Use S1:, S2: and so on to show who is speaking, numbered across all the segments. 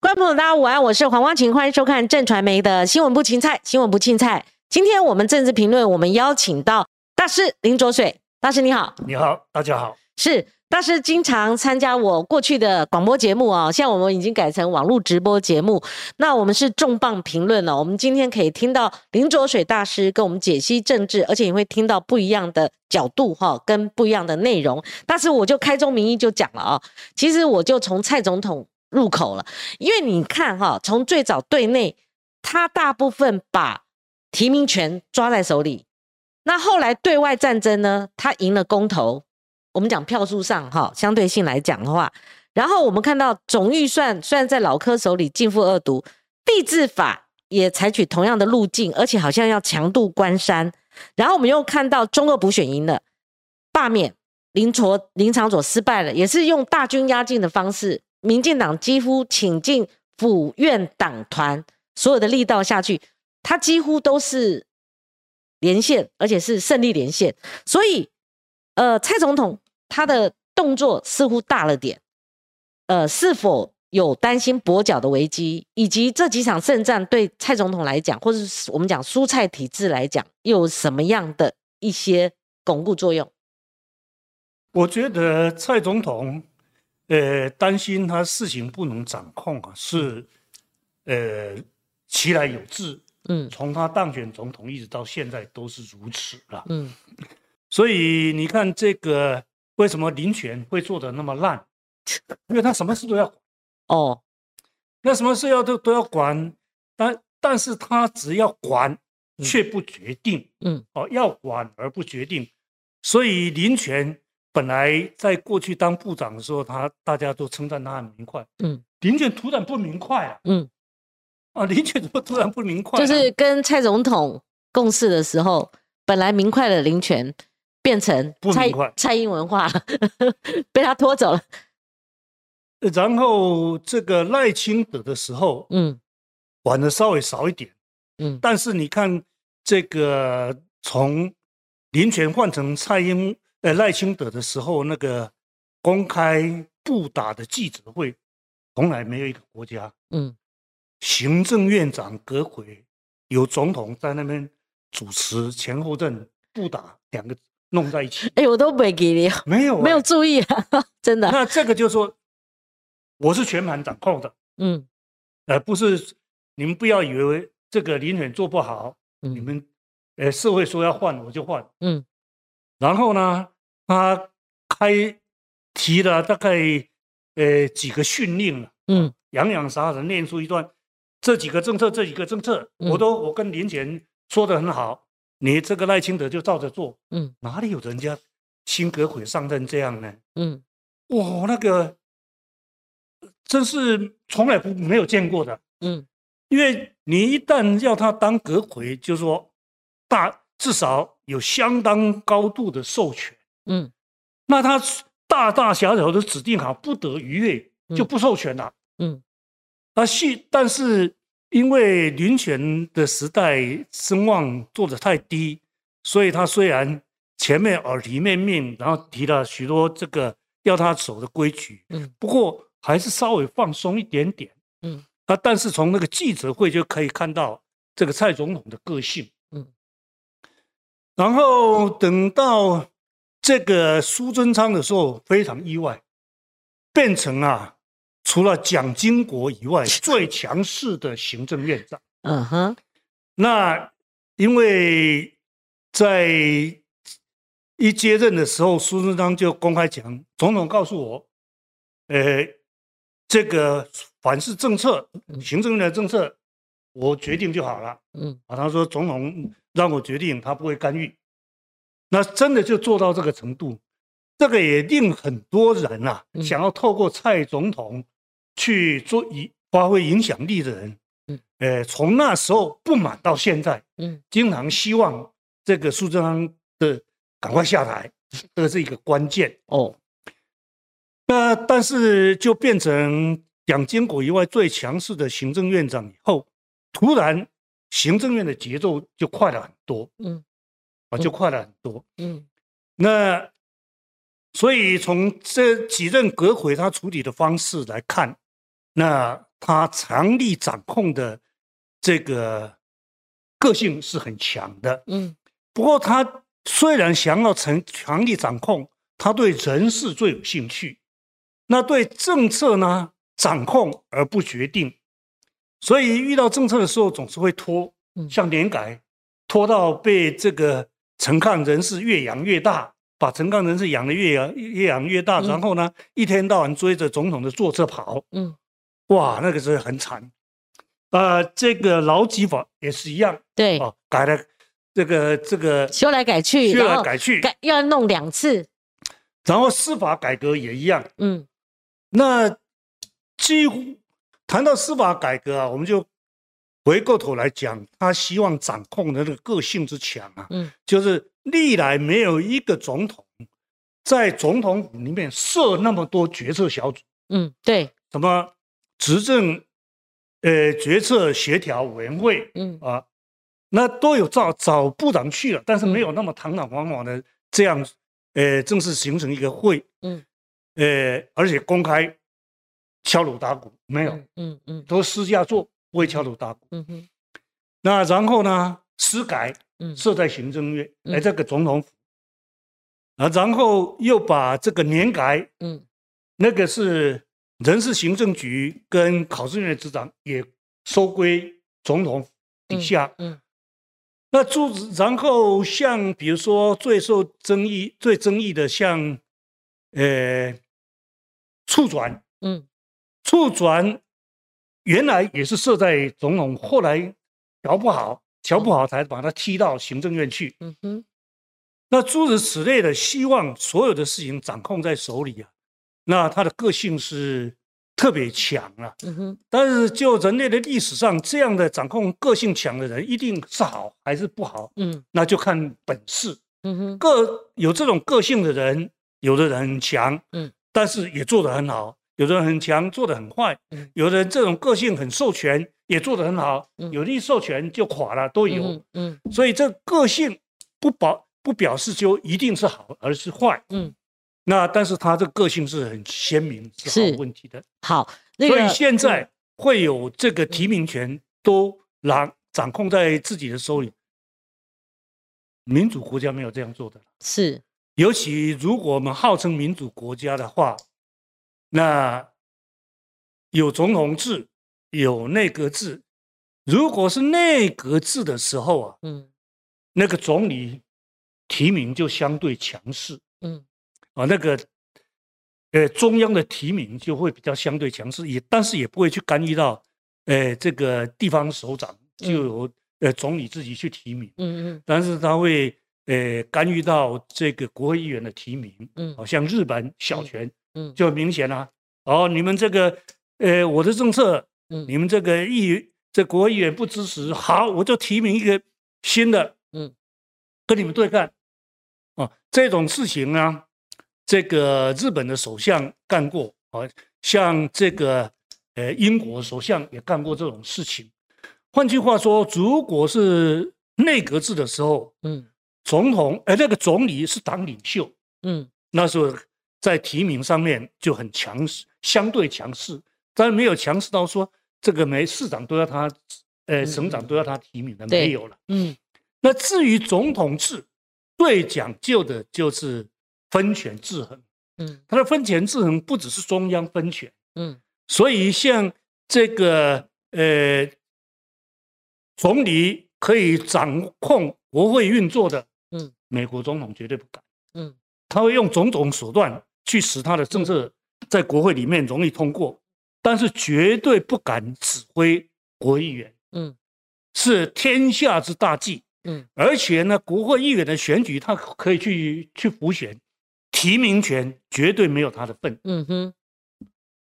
S1: 观众朋友，大家午安，我是黄光琴，欢迎收看正传媒的新闻不青菜，新闻不青菜。今天我们政治评论，我们邀请到大师林卓水，大师你好，
S2: 你好，大家好。
S1: 是大师经常参加我过去的广播节目啊、现在我们已经改成网络直播节目。那我们是重磅评论哦了、我们今天可以听到林卓水大师跟我们解析政治，而且你会听到不一样的角度哈、跟不一样的内容。但是我就开宗明义就讲了啊、其实我就从蔡总统入口了，因为你看哈、从最早对内，他大部分把提名权抓在手里。那后来对外战争呢，他赢了公投，我们讲票数上哈，相对性来讲的话，然后我们看到总预算虽然在老柯手里进负二读，地质法也采取同样的路径，而且好像要强度关山。然后我们又看到中二补选赢了，罢免林卓林长佐失败了，也是用大军压境的方式，民进党几乎请进府院党团，所有的力道下去，他几乎都是连线，而且是胜利连线。所以，呃，蔡总统他的动作似乎大了点，呃，是否有担心跛脚的危机，以及这几场圣战对蔡总统来讲，或者是我们讲蔬菜体制来讲，又有什么样的一些巩固作用？
S2: 我觉得蔡总统，呃，担心他事情不能掌控啊，是，呃，其来有自。
S1: 嗯
S2: 从他当选总统一直到现在都是如此了。
S1: 嗯
S2: 所以你看，这个为什么林权会做的那么烂？因为他什么事都要，
S1: 哦
S2: 那什么事要都都要管，但但是他只要管，却不决定。
S1: 嗯
S2: 哦，要管而不决定。所以林权本来在过去当部长的时候，他大家都称赞他很明快。
S1: 嗯，
S2: 林权突然不明快啊！
S1: 嗯，
S2: 啊，林权怎么突然不明快、啊？
S1: 就是跟蔡总统共事的时候，本来明快的林权变成
S2: 不
S1: 蔡
S2: 明快
S1: 蔡英文化， 被他拖走了。
S2: 然后这个赖清德的时候
S1: 嗯
S2: 玩的稍微少一点，
S1: 嗯
S2: 但是你看这个从林权换成蔡英呃赖清德的时候，那个公开不打的记者会，从来没有一个国家
S1: 嗯
S2: 行政院长葛魁，有总统在那边主持，前后任不打两个弄在一起，
S1: 哎、我都没给你，
S2: 没有、哎
S1: 没有。注意啊， 真的。
S2: 那这个就说，我是全盘掌控的，
S1: 嗯
S2: 呃，不是你们不要以为这个林选做不好，你
S1: 嗯
S2: 们呃社会说要换我就换，
S1: 嗯
S2: 然后呢，他开提了大概呃几个训令了。
S1: 嗯
S2: 洋洋洒洒念出一段，这几个政策，这几个政策，
S1: 嗯
S2: 我都我跟林前说的很好，你这个赖清德就照着做，
S1: 嗯
S2: 哪里有人家新阁魁上任这样呢？
S1: 嗯
S2: 哇，那个真是从来不没有见过的，
S1: 嗯
S2: 因为你一旦要他当阁魁，就说大至少有相当高度的授权，
S1: 嗯
S2: 那他大大小小的指定好，不得逾越，就
S1: 嗯
S2: 不授权了。
S1: 嗯
S2: 啊，系，但是因为林权的时代声望做得太低，所以他虽然前面耳提面命，然后提了许多这个要他守的规矩，
S1: 嗯
S2: 不过还是稍微放松一点点。
S1: 嗯，
S2: 啊，但是从那个记者会就可以看到这个蔡总统的个性。
S1: 嗯，
S2: 然后等到这个苏贞昌的时候，非常意外，变成啊，除了蒋经国以外最强势的行政院长。
S1: 嗯哼
S2: 那因为在一接任的时候，苏贞昌就公开讲，总统告诉我，呃，这个凡是政策，
S1: 嗯
S2: 行政院的政策，我决定就好了。
S1: 嗯
S2: 啊，他说总统让我决定，他不会干预。那真的就做到这个程度，这个也令很多人啊，
S1: 嗯
S2: 想要透过蔡总统去做以发挥影响力的人，
S1: 嗯
S2: 呃，从那时候不满到现在，
S1: 嗯
S2: 经常希望这个苏贞昌的赶快下台，这个是一个关键。
S1: 哦
S2: 那但是就变成蒋经国以外最强势的行政院长以后，突然行政院的节奏就快了很多
S1: 嗯
S2: 啊，
S1: 嗯
S2: 就快了很多。
S1: 嗯
S2: 那所以从这几任阁魁他处理的方式来看，那他强力掌控的这个个性是很强的。
S1: 嗯
S2: 不过他虽然想要成强力掌控，他对人事最有兴趣，那对政策呢掌控而不决定，所以遇到政策的时候总是会拖
S1: 嗯，
S2: 像连改拖到被这个陈抗人士越养越大，把陈抗人士养得越养越养越大，
S1: 嗯
S2: 然后呢一天到晚追着总统的坐车跑，
S1: 嗯
S2: 哇，那个是很惨。呃，这个劳基法也是一样
S1: 对，
S2: 啊，改了这个这个
S1: 修来改去，
S2: 修
S1: 然
S2: 来
S1: 后
S2: 改去，
S1: 改要弄两次，
S2: 然后司法改革也一样。
S1: 嗯
S2: 那几乎谈到司法改革啊，我们就回过头来讲，他希望掌控的那个个性之强啊，
S1: 嗯
S2: 就是历来没有一个总统在总统府里面设那么多决策小组，
S1: 嗯，对，
S2: 什么执政呃决策协调委员会，
S1: 嗯
S2: 啊，那都有找找部长去了，但是
S1: 嗯
S2: 没有那么堂堂皇皇的这样，呃，正式形成一个会，
S1: 嗯，
S2: 呃，而且公开敲锣打鼓没有，
S1: 嗯嗯嗯
S2: 都私下做，不会敲锣打鼓。
S1: 嗯哼
S2: 那然后呢，司改
S1: 嗯
S2: 设在行政院，
S1: 嗯
S2: 哎、这个总统府，啊，然后又把这个年改，
S1: 嗯
S2: 那个是人事行政局跟考试院的执掌也收归总统府底下。
S1: 嗯
S2: 那住，然后像比如说最受争议、最争议的像，呃，促转，
S1: 嗯
S2: 促转原来也是设在总统，后来调不好，调不好才把它踢到行政院去。
S1: 嗯哼
S2: 那诸如此类的，希望所有的事情掌控在手里啊，那他的个性是特别强啊。
S1: 嗯哼
S2: 但是就人类的历史上，这样的掌控个性强的人，一定是好还是不好？
S1: 嗯
S2: 那就看本事。
S1: 嗯哼
S2: 个有这种个性的人，有的人很强，
S1: 嗯，
S2: 但是也做得很好；有的人很强，做得很坏；
S1: 嗯
S2: 有的人这种个性很授权，也做得很好。
S1: 嗯
S2: 有的一授权就垮了，都有。
S1: 嗯嗯
S2: 所以这个性不保不表示就一定是好，而是坏。
S1: 嗯，
S2: 那但是他这个个性是很鲜明，是
S1: 是
S2: 好问题的。
S1: 好，那
S2: 所以
S1: 个嗯
S2: 现在会有这个提名权都拿掌控在自己的手里，民主国家没有这样做的。
S1: 是
S2: 尤其如果我们号称民主国家的话，那有总统制，有内阁制。如果是内阁制的时候啊，
S1: 嗯
S2: 那个总理提名就相对强势
S1: 嗯
S2: 啊，那个呃中央的提名就会比较相对强势，也但是也不会去干预到呃这个地方首长，就由呃总理自己去提名，
S1: 嗯嗯
S2: 但是他会呃干预到这个国会议员的提名。
S1: 嗯
S2: 好哦像日本小泉
S1: 嗯
S2: 就很明显啊。哦，你们这个，呃，我的政策，
S1: 嗯
S2: 你们这个议这国会议员不支持，好，我就提名一个新的，
S1: 嗯，
S2: 跟你们对干。哦，这种事情呢，这个日本的首相干过，哦，像这个呃英国首相也干过这种事情。换句话说，如果是内阁制的时候，
S1: 嗯
S2: 总统呃那个总理是党领袖，
S1: 嗯
S2: 那时候在提名上面就很强势，相对强势，但没有强势到说这个每市长都要他，呃，
S1: 嗯
S2: 省长都要他提名的，
S1: 对
S2: 没有了。
S1: 嗯
S2: 那至于总统制，最讲究的就是分权制衡。
S1: 嗯
S2: 它的分权制衡不只是中央分权，
S1: 嗯
S2: 所以像这个呃，总理可以掌控国会运作的，
S1: 嗯，
S2: 美国总统绝对不敢。
S1: 嗯
S2: 他会用种种手段去使他的政策在国会里面容易通过，但是绝对不敢指挥国会议员，
S1: 嗯
S2: 是天下之大忌。
S1: 嗯
S2: 而且呢，国会议员的选举他可以去去浮选，提名权绝对没有他的份。
S1: 嗯哼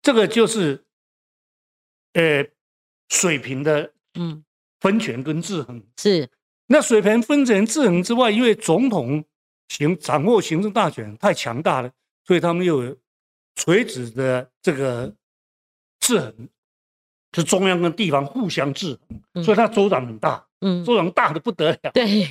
S2: 这个就是，呃，水平的
S1: 嗯
S2: 分权跟制衡。
S1: 是
S2: 那水平分权制衡之外，因为总统行掌握行政大权太强大了，所以他们又有垂直的这个制衡，是中央跟地方互相制
S1: 嗯
S2: 衡，所以他州长很大，
S1: 嗯
S2: 州长大的不得了，
S1: 对，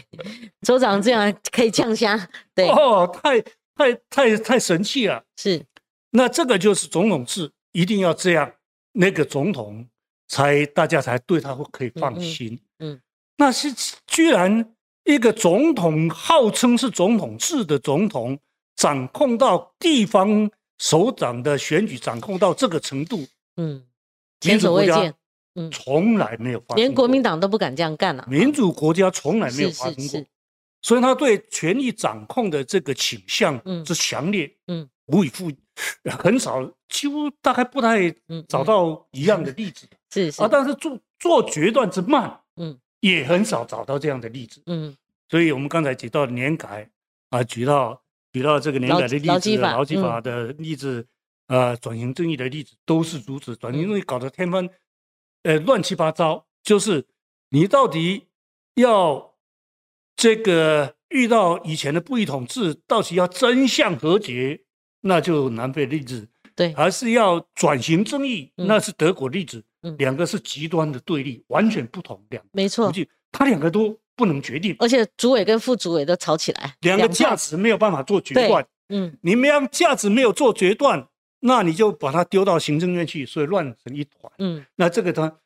S1: 州长这样可以呛虾，对
S2: 哦，太太太太神气了。
S1: 是
S2: 那这个就是总统制，一定要这样，那个总统才大家才对他会可以放心。
S1: 嗯嗯嗯
S2: 那是居然一个总统号称是总统制的总统，掌控到地方首长的选举，掌控到这个程度，
S1: 嗯，前
S2: 民
S1: 所
S2: 主
S1: 未
S2: 国
S1: 见
S2: 家，
S1: 嗯
S2: 从来没有发生过。
S1: 连国民党都不敢这样干了、
S2: 民主国家从来没有
S1: 是
S2: 发
S1: 是
S2: 生过
S1: 是，
S2: 所以他对权力掌控的这个倾向
S1: 嗯
S2: 之强烈，
S1: 嗯，
S2: 无以复，很少，几乎大概不太
S1: 嗯，
S2: 找
S1: 嗯
S2: 到一样的例子、
S1: 是是
S2: 啊。，但是做做决断之慢，
S1: 嗯，
S2: 也很少找到这样的例子。
S1: 嗯
S2: 所以我们刚才提到年改啊，举到举到这个年
S1: 劳
S2: 改的例子，
S1: 劳基法
S2: 劳基
S1: 嗯
S2: 法的例子，呃，转型正义的例子都是如此。转型正义搞得天翻，呃，乱七八糟，就是你到底要这个遇到以前的不义统治，到底要真相和解，那就南非的例子，
S1: 对，
S2: 还是要转型正义，
S1: 嗯
S2: 那是德国例子，
S1: 嗯
S2: 两个是极端的对立，完全不同两
S1: 没
S2: 途
S1: 错，
S2: 径，它两个都不能决定。
S1: 而且主委跟副主委都吵起来，
S2: 两个
S1: 派
S2: 价，值没有办法做决断，
S1: 嗯，
S2: 你们要价值没有做决断，那你就把它丢到行政院去，所以乱成一团。
S1: 嗯
S2: 那这个它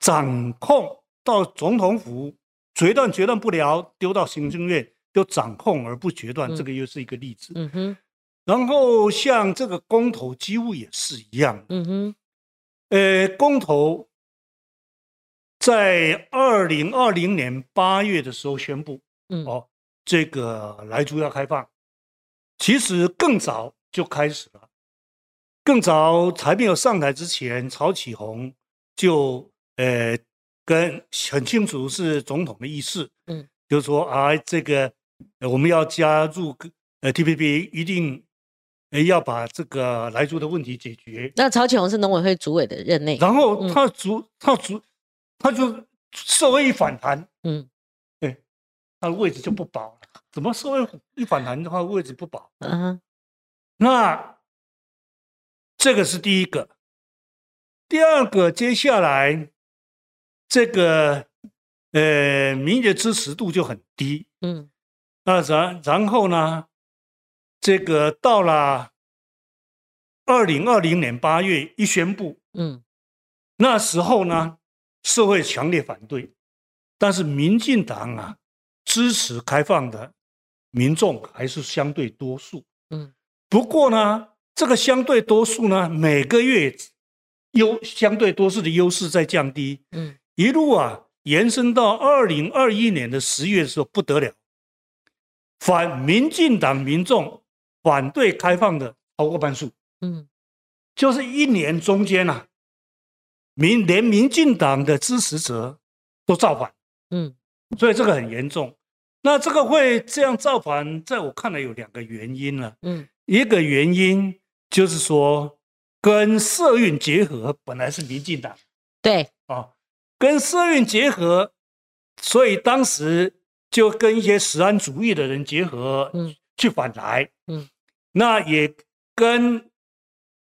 S2: 掌控到总统府，决断决断不了，丢到行政院又掌控而不决断，
S1: 嗯
S2: 这个又是一个例子。
S1: 嗯哼
S2: 然后像这个公投几乎也是一样，
S1: 嗯哼，
S2: 呃，公投在二零二零年八月的时候宣布，
S1: 嗯
S2: 哦，这个莱猪要开放，其实更早就开始了，更早才没有上台之前，曹启宏就呃跟很清楚是总统的意思，
S1: 嗯，
S2: 就是说啊，这个呃我们要加入呃 TPP，一定呃要把这个莱猪的问题解决，
S1: 那曹启宏是农委会主委的任内，
S2: 然后
S1: 嗯
S2: 他主他主他就社会一反弹，
S1: 嗯
S2: 他的位置就不保了。怎么社会一反弹的话，位置不保？
S1: 嗯哼
S2: 那这个是第一个，第二个，接下来这个呃，民意的支持度就很低。
S1: 嗯
S2: 那然然后呢，这个到了二零二零年八月一宣布，
S1: 嗯
S2: 那时候呢，社会强烈反对，但是民进党啊支持开放的民众还是相对多数。
S1: 嗯，
S2: 不过呢，这个相对多数呢，每个月优相对多数的优势在降低，
S1: 嗯
S2: 一路啊延伸到二零二一年的十月的时候不得了，反民进党民众反对开放的超过半数。
S1: 嗯
S2: 就是一年中间啊，民连民进党的支持者都造反，
S1: 嗯
S2: 所以这个很严重。那这个会这样造反，在我看来有两个原因了、
S1: 嗯
S2: 一个原因就是说跟社运结合，本来是民进党
S1: 对，
S2: 啊，跟社运结合，所以当时就跟一些实安主义的人结合，
S1: 嗯
S2: 去反来，
S1: 嗯，
S2: 那也跟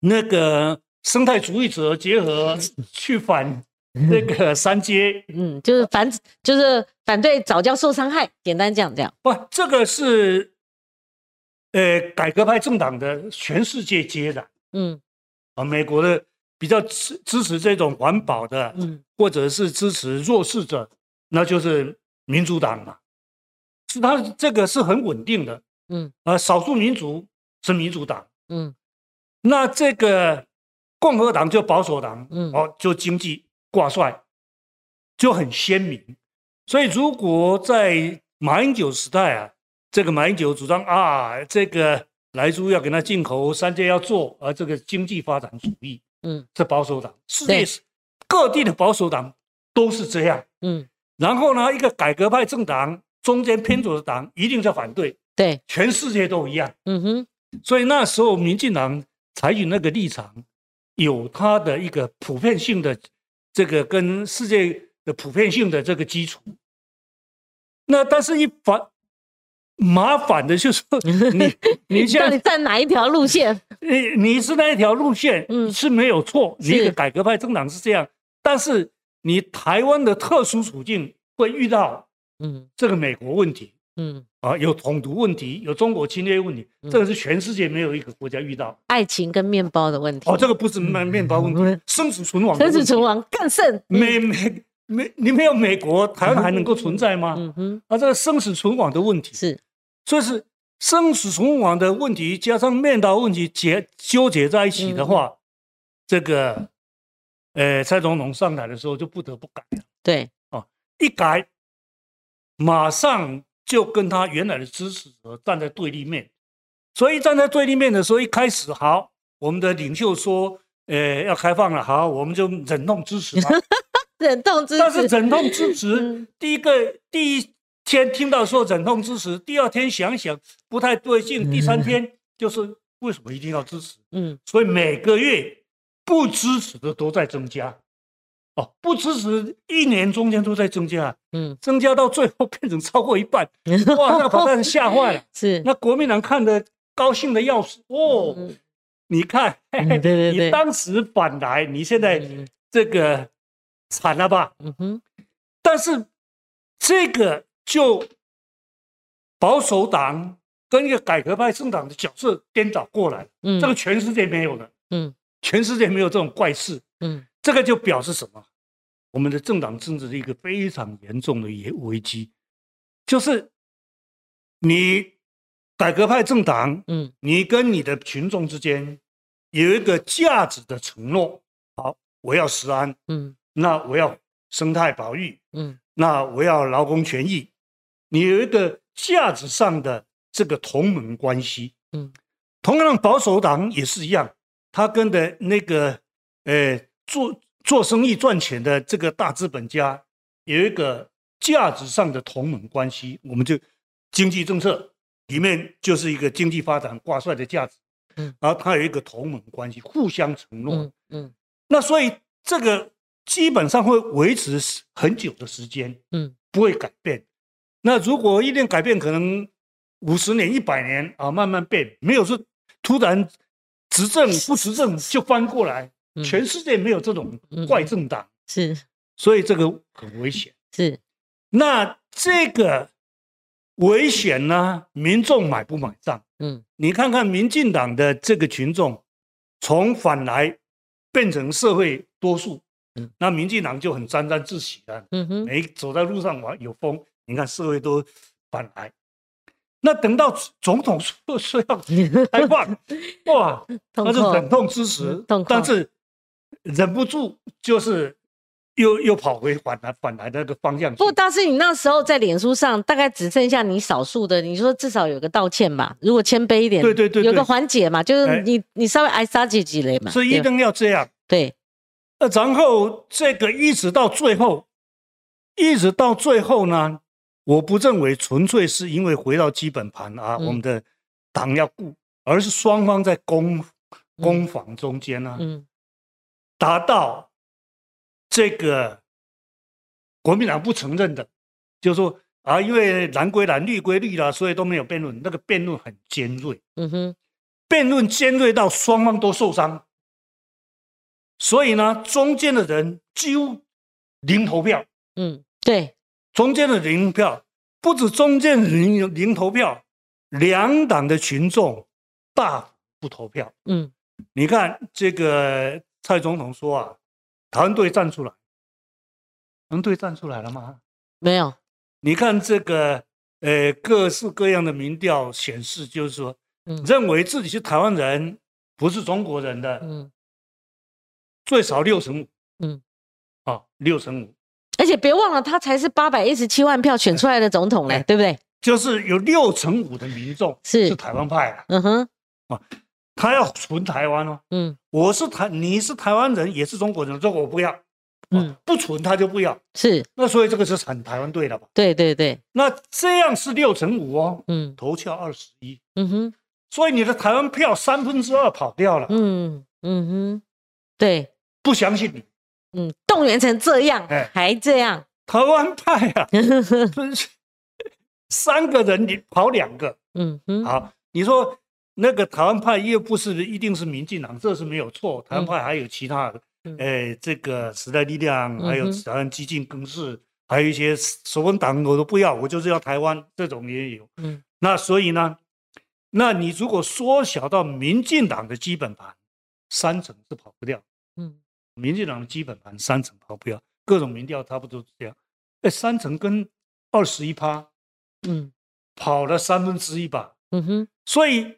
S2: 那个生态主义者 结合去反那个三阶，
S1: 嗯，就是反就是反对早教受伤害，简单讲这样，
S2: 不，这个是呃改革派政党的全世界皆然
S1: 嗯
S2: 啊，美国的比较支支持这种环保的，
S1: 嗯
S2: 或者是支持弱势者，那就是民主党嘛，是它这个是很稳定的，
S1: 嗯
S2: 啊，少数民族是民主党。
S1: 嗯
S2: 那这个共和党就保守党，
S1: 嗯
S2: 哦，就经济挂帅，就很鲜明。所以如果在马英九时代啊，这个马英九主张啊，这个莱猪要给他进口，三界要做，而、这个经济发展主义
S1: 嗯
S2: 是保守党，世
S1: 对
S2: 界各地的保守党都是这样。
S1: 嗯，
S2: 然后呢，一个改革派政党中间偏左的党一定在反对，
S1: 对，
S2: 全世界都一样。
S1: 嗯哼
S2: 所以那时候民进党采取那个立场，有它的一个普遍性的这个跟世界的普遍性的这个基础。那但是一反麻烦的就是你 你
S1: 到
S2: 像
S1: 底站哪一条路线？
S2: 你你是那一条路线，
S1: 嗯
S2: 是没有错。你一
S1: 是
S2: 个改革派政党是这样，但是你台湾的特殊处境会遇到
S1: 嗯
S2: 这个美国问题，
S1: 嗯，
S2: 啊，有统独问题，有中国侵略问题，这个是全世界没有一个国家遇到。
S1: 爱情跟面包的问题，
S2: 哦，这个不是面面包问题，生死存亡的
S1: 嗯生
S2: 问
S1: 死
S2: 题。
S1: 存亡更甚。嗯
S2: 美美美，你没有美国，台湾还能够存在吗？
S1: 嗯哼，
S2: 啊，这个生死存亡的问题，
S1: 是
S2: 这是生死存亡的问题，加上面包问题结纠结在一起的话，
S1: 嗯
S2: 这个，呃，蔡总统上台的时候就不得不改，
S1: 对，
S2: 一改，马上就跟他原来的支持者站在对立面，所以站在对立面的时候，一开始好，我们的领袖说，呃，要开放了，好，我们就忍痛支持吧。
S1: 忍痛支持。
S2: 但是忍痛支持
S1: 嗯，
S2: 第一个第一天听到说忍痛支持，第二天想想不太对劲，第三天就是为什么一定要支持？
S1: 嗯
S2: 所以每个月不支持的都在增加，哦，不支持一年中间都在增加，
S1: 嗯，
S2: 增加到最后变成超过 一半，哇，那把他们吓坏了。
S1: 是，
S2: 那国民党看的高兴的要死哦，
S1: 嗯
S2: 你看，嘿嘿
S1: 嗯对对对
S2: 你当时反来，你现在
S1: 嗯
S2: 这个惨了吧？
S1: 嗯哼，
S2: 但是这个就保守党跟一个改革派政党的角色颠倒过来，
S1: 嗯，
S2: 这个全世界没有的，
S1: 嗯
S2: 全世界没有这种怪事。
S1: 嗯
S2: 这个就表示什么？我们的政党政治的一个非常严重的一个危机，就是你改革派政党，
S1: 嗯
S2: 你跟你的群众之间有一个价值的承诺，好，我要食安，
S1: 嗯
S2: 那我要生态保育，
S1: 嗯
S2: 那我要劳工权益，你有一个价值上的这个同盟关系。
S1: 嗯，
S2: 同样保守党也是一样，他跟的那个呃做做生意赚钱的这个大资本家有一个价值上的同盟关系，我们就经济政策里面就是一个经济发展挂帅的价值。
S1: 嗯，
S2: 然后它有一个同盟关系，互相承诺。
S1: 嗯嗯
S2: 那所以这个基本上会维持很久的时间，
S1: 嗯，
S2: 不会改变。那如果一定改变，可能五十年、一百年啊，慢慢变，没有说突然执政不执政就翻过来，
S1: 嗯，
S2: 全世界没有这种怪政党，
S1: 是
S2: 所以这个很危险。
S1: 是，
S2: 那这个危险呢，民众买不买账？
S1: 嗯
S2: 你看看民进党的这个群众，从反来变成社会多数，
S1: 嗯
S2: 那民进党就很沾沾自喜了。
S1: 嗯哼，
S2: 每哎走在路上玩有风，你看社会都反来。那等到总统说说要 开放，哇，
S1: 痛
S2: 他是忍
S1: 苦，
S2: 痛支持
S1: 嗯痛，
S2: 但
S1: 苦
S2: 是忍不住就是又又跑回反来反来的那个方向去。
S1: 不，但是你那时候在脸书上，大概只剩下你少数的，你说至少有个道歉吧，如果谦卑一点，
S2: 对对对
S1: 有个
S2: 对
S1: 缓解嘛，就是
S2: 哎
S1: 你你稍微挨杀几几雷嘛，
S2: 所以
S1: 对
S2: 一
S1: 吧
S2: 定要这样。
S1: 对，
S2: 呃，然后这个一直到最后，一直到最后呢，我不认为纯粹是因为回到基本盘啊，
S1: 嗯
S2: 我们的党要顾，而是双方在攻攻防中间呢、
S1: 嗯
S2: 达到这个国民党不承认的，就是说啊，因为蓝归蓝，绿归绿啦、所以都没有辩论，那个辩论很尖锐。
S1: 嗯哼，
S2: 辩论尖锐到双方都受伤，所以呢，中间的人几乎零投票，
S1: 嗯对，
S2: 中间的零票，不止中间零零投票，两党的群众大幅不投票。
S1: 嗯
S2: 你看这个蔡总统说啊，台湾队站出来，台湾队站出来了吗？
S1: 没有，
S2: 你看这个呃，各式各样的民调显示，就是说
S1: 嗯
S2: 认为自己是台湾人，不是中国人的。
S1: 嗯，
S2: 最少六成五，
S1: 嗯，
S2: 啊，六成五，
S1: 而且别忘了，他才是八百一十七万票选出来的总统嘞，
S2: 哎
S1: 对不对？
S2: 就是有六成五的民众
S1: 是
S2: 是台湾派啊，
S1: 嗯哼，
S2: 他要存台湾哦。
S1: 嗯
S2: 我是台，你是台湾人，也是中国人，这个我不要，
S1: 嗯
S2: 嗯，不存他就不要。
S1: 是，
S2: 那所以这个是很台湾队了吧？
S1: 对对对，
S2: 那这样是六成五哦，
S1: 嗯
S2: 投票二十一，
S1: 嗯哼。
S2: 所以你的台湾票三分之二跑掉了，
S1: 嗯嗯哼，对，
S2: 不相信你，
S1: 嗯，动员成这样，
S2: 哎
S1: 还这样，
S2: 台湾派啊，真是三个人你跑两个，
S1: 嗯哼，
S2: 好，你说那个台湾派又不是一定是民进党，这是没有错。台湾派还有其他的
S1: 嗯，
S2: 呃，这个时代力量，还有
S1: 嗯哼
S2: 台湾激进更是还有一些手工党我都不要，我就是要台湾，这种也有。
S1: 嗯，
S2: 那所以呢，那你如果缩小到民进党的基本盘，三成是跑不掉。
S1: 嗯，
S2: 民进党的基本盘三成跑不掉，各种民调差不多是这样。哎，三成跟二十一趴
S1: 嗯
S2: 跑了三分之一吧，
S1: 嗯哼，
S2: 所以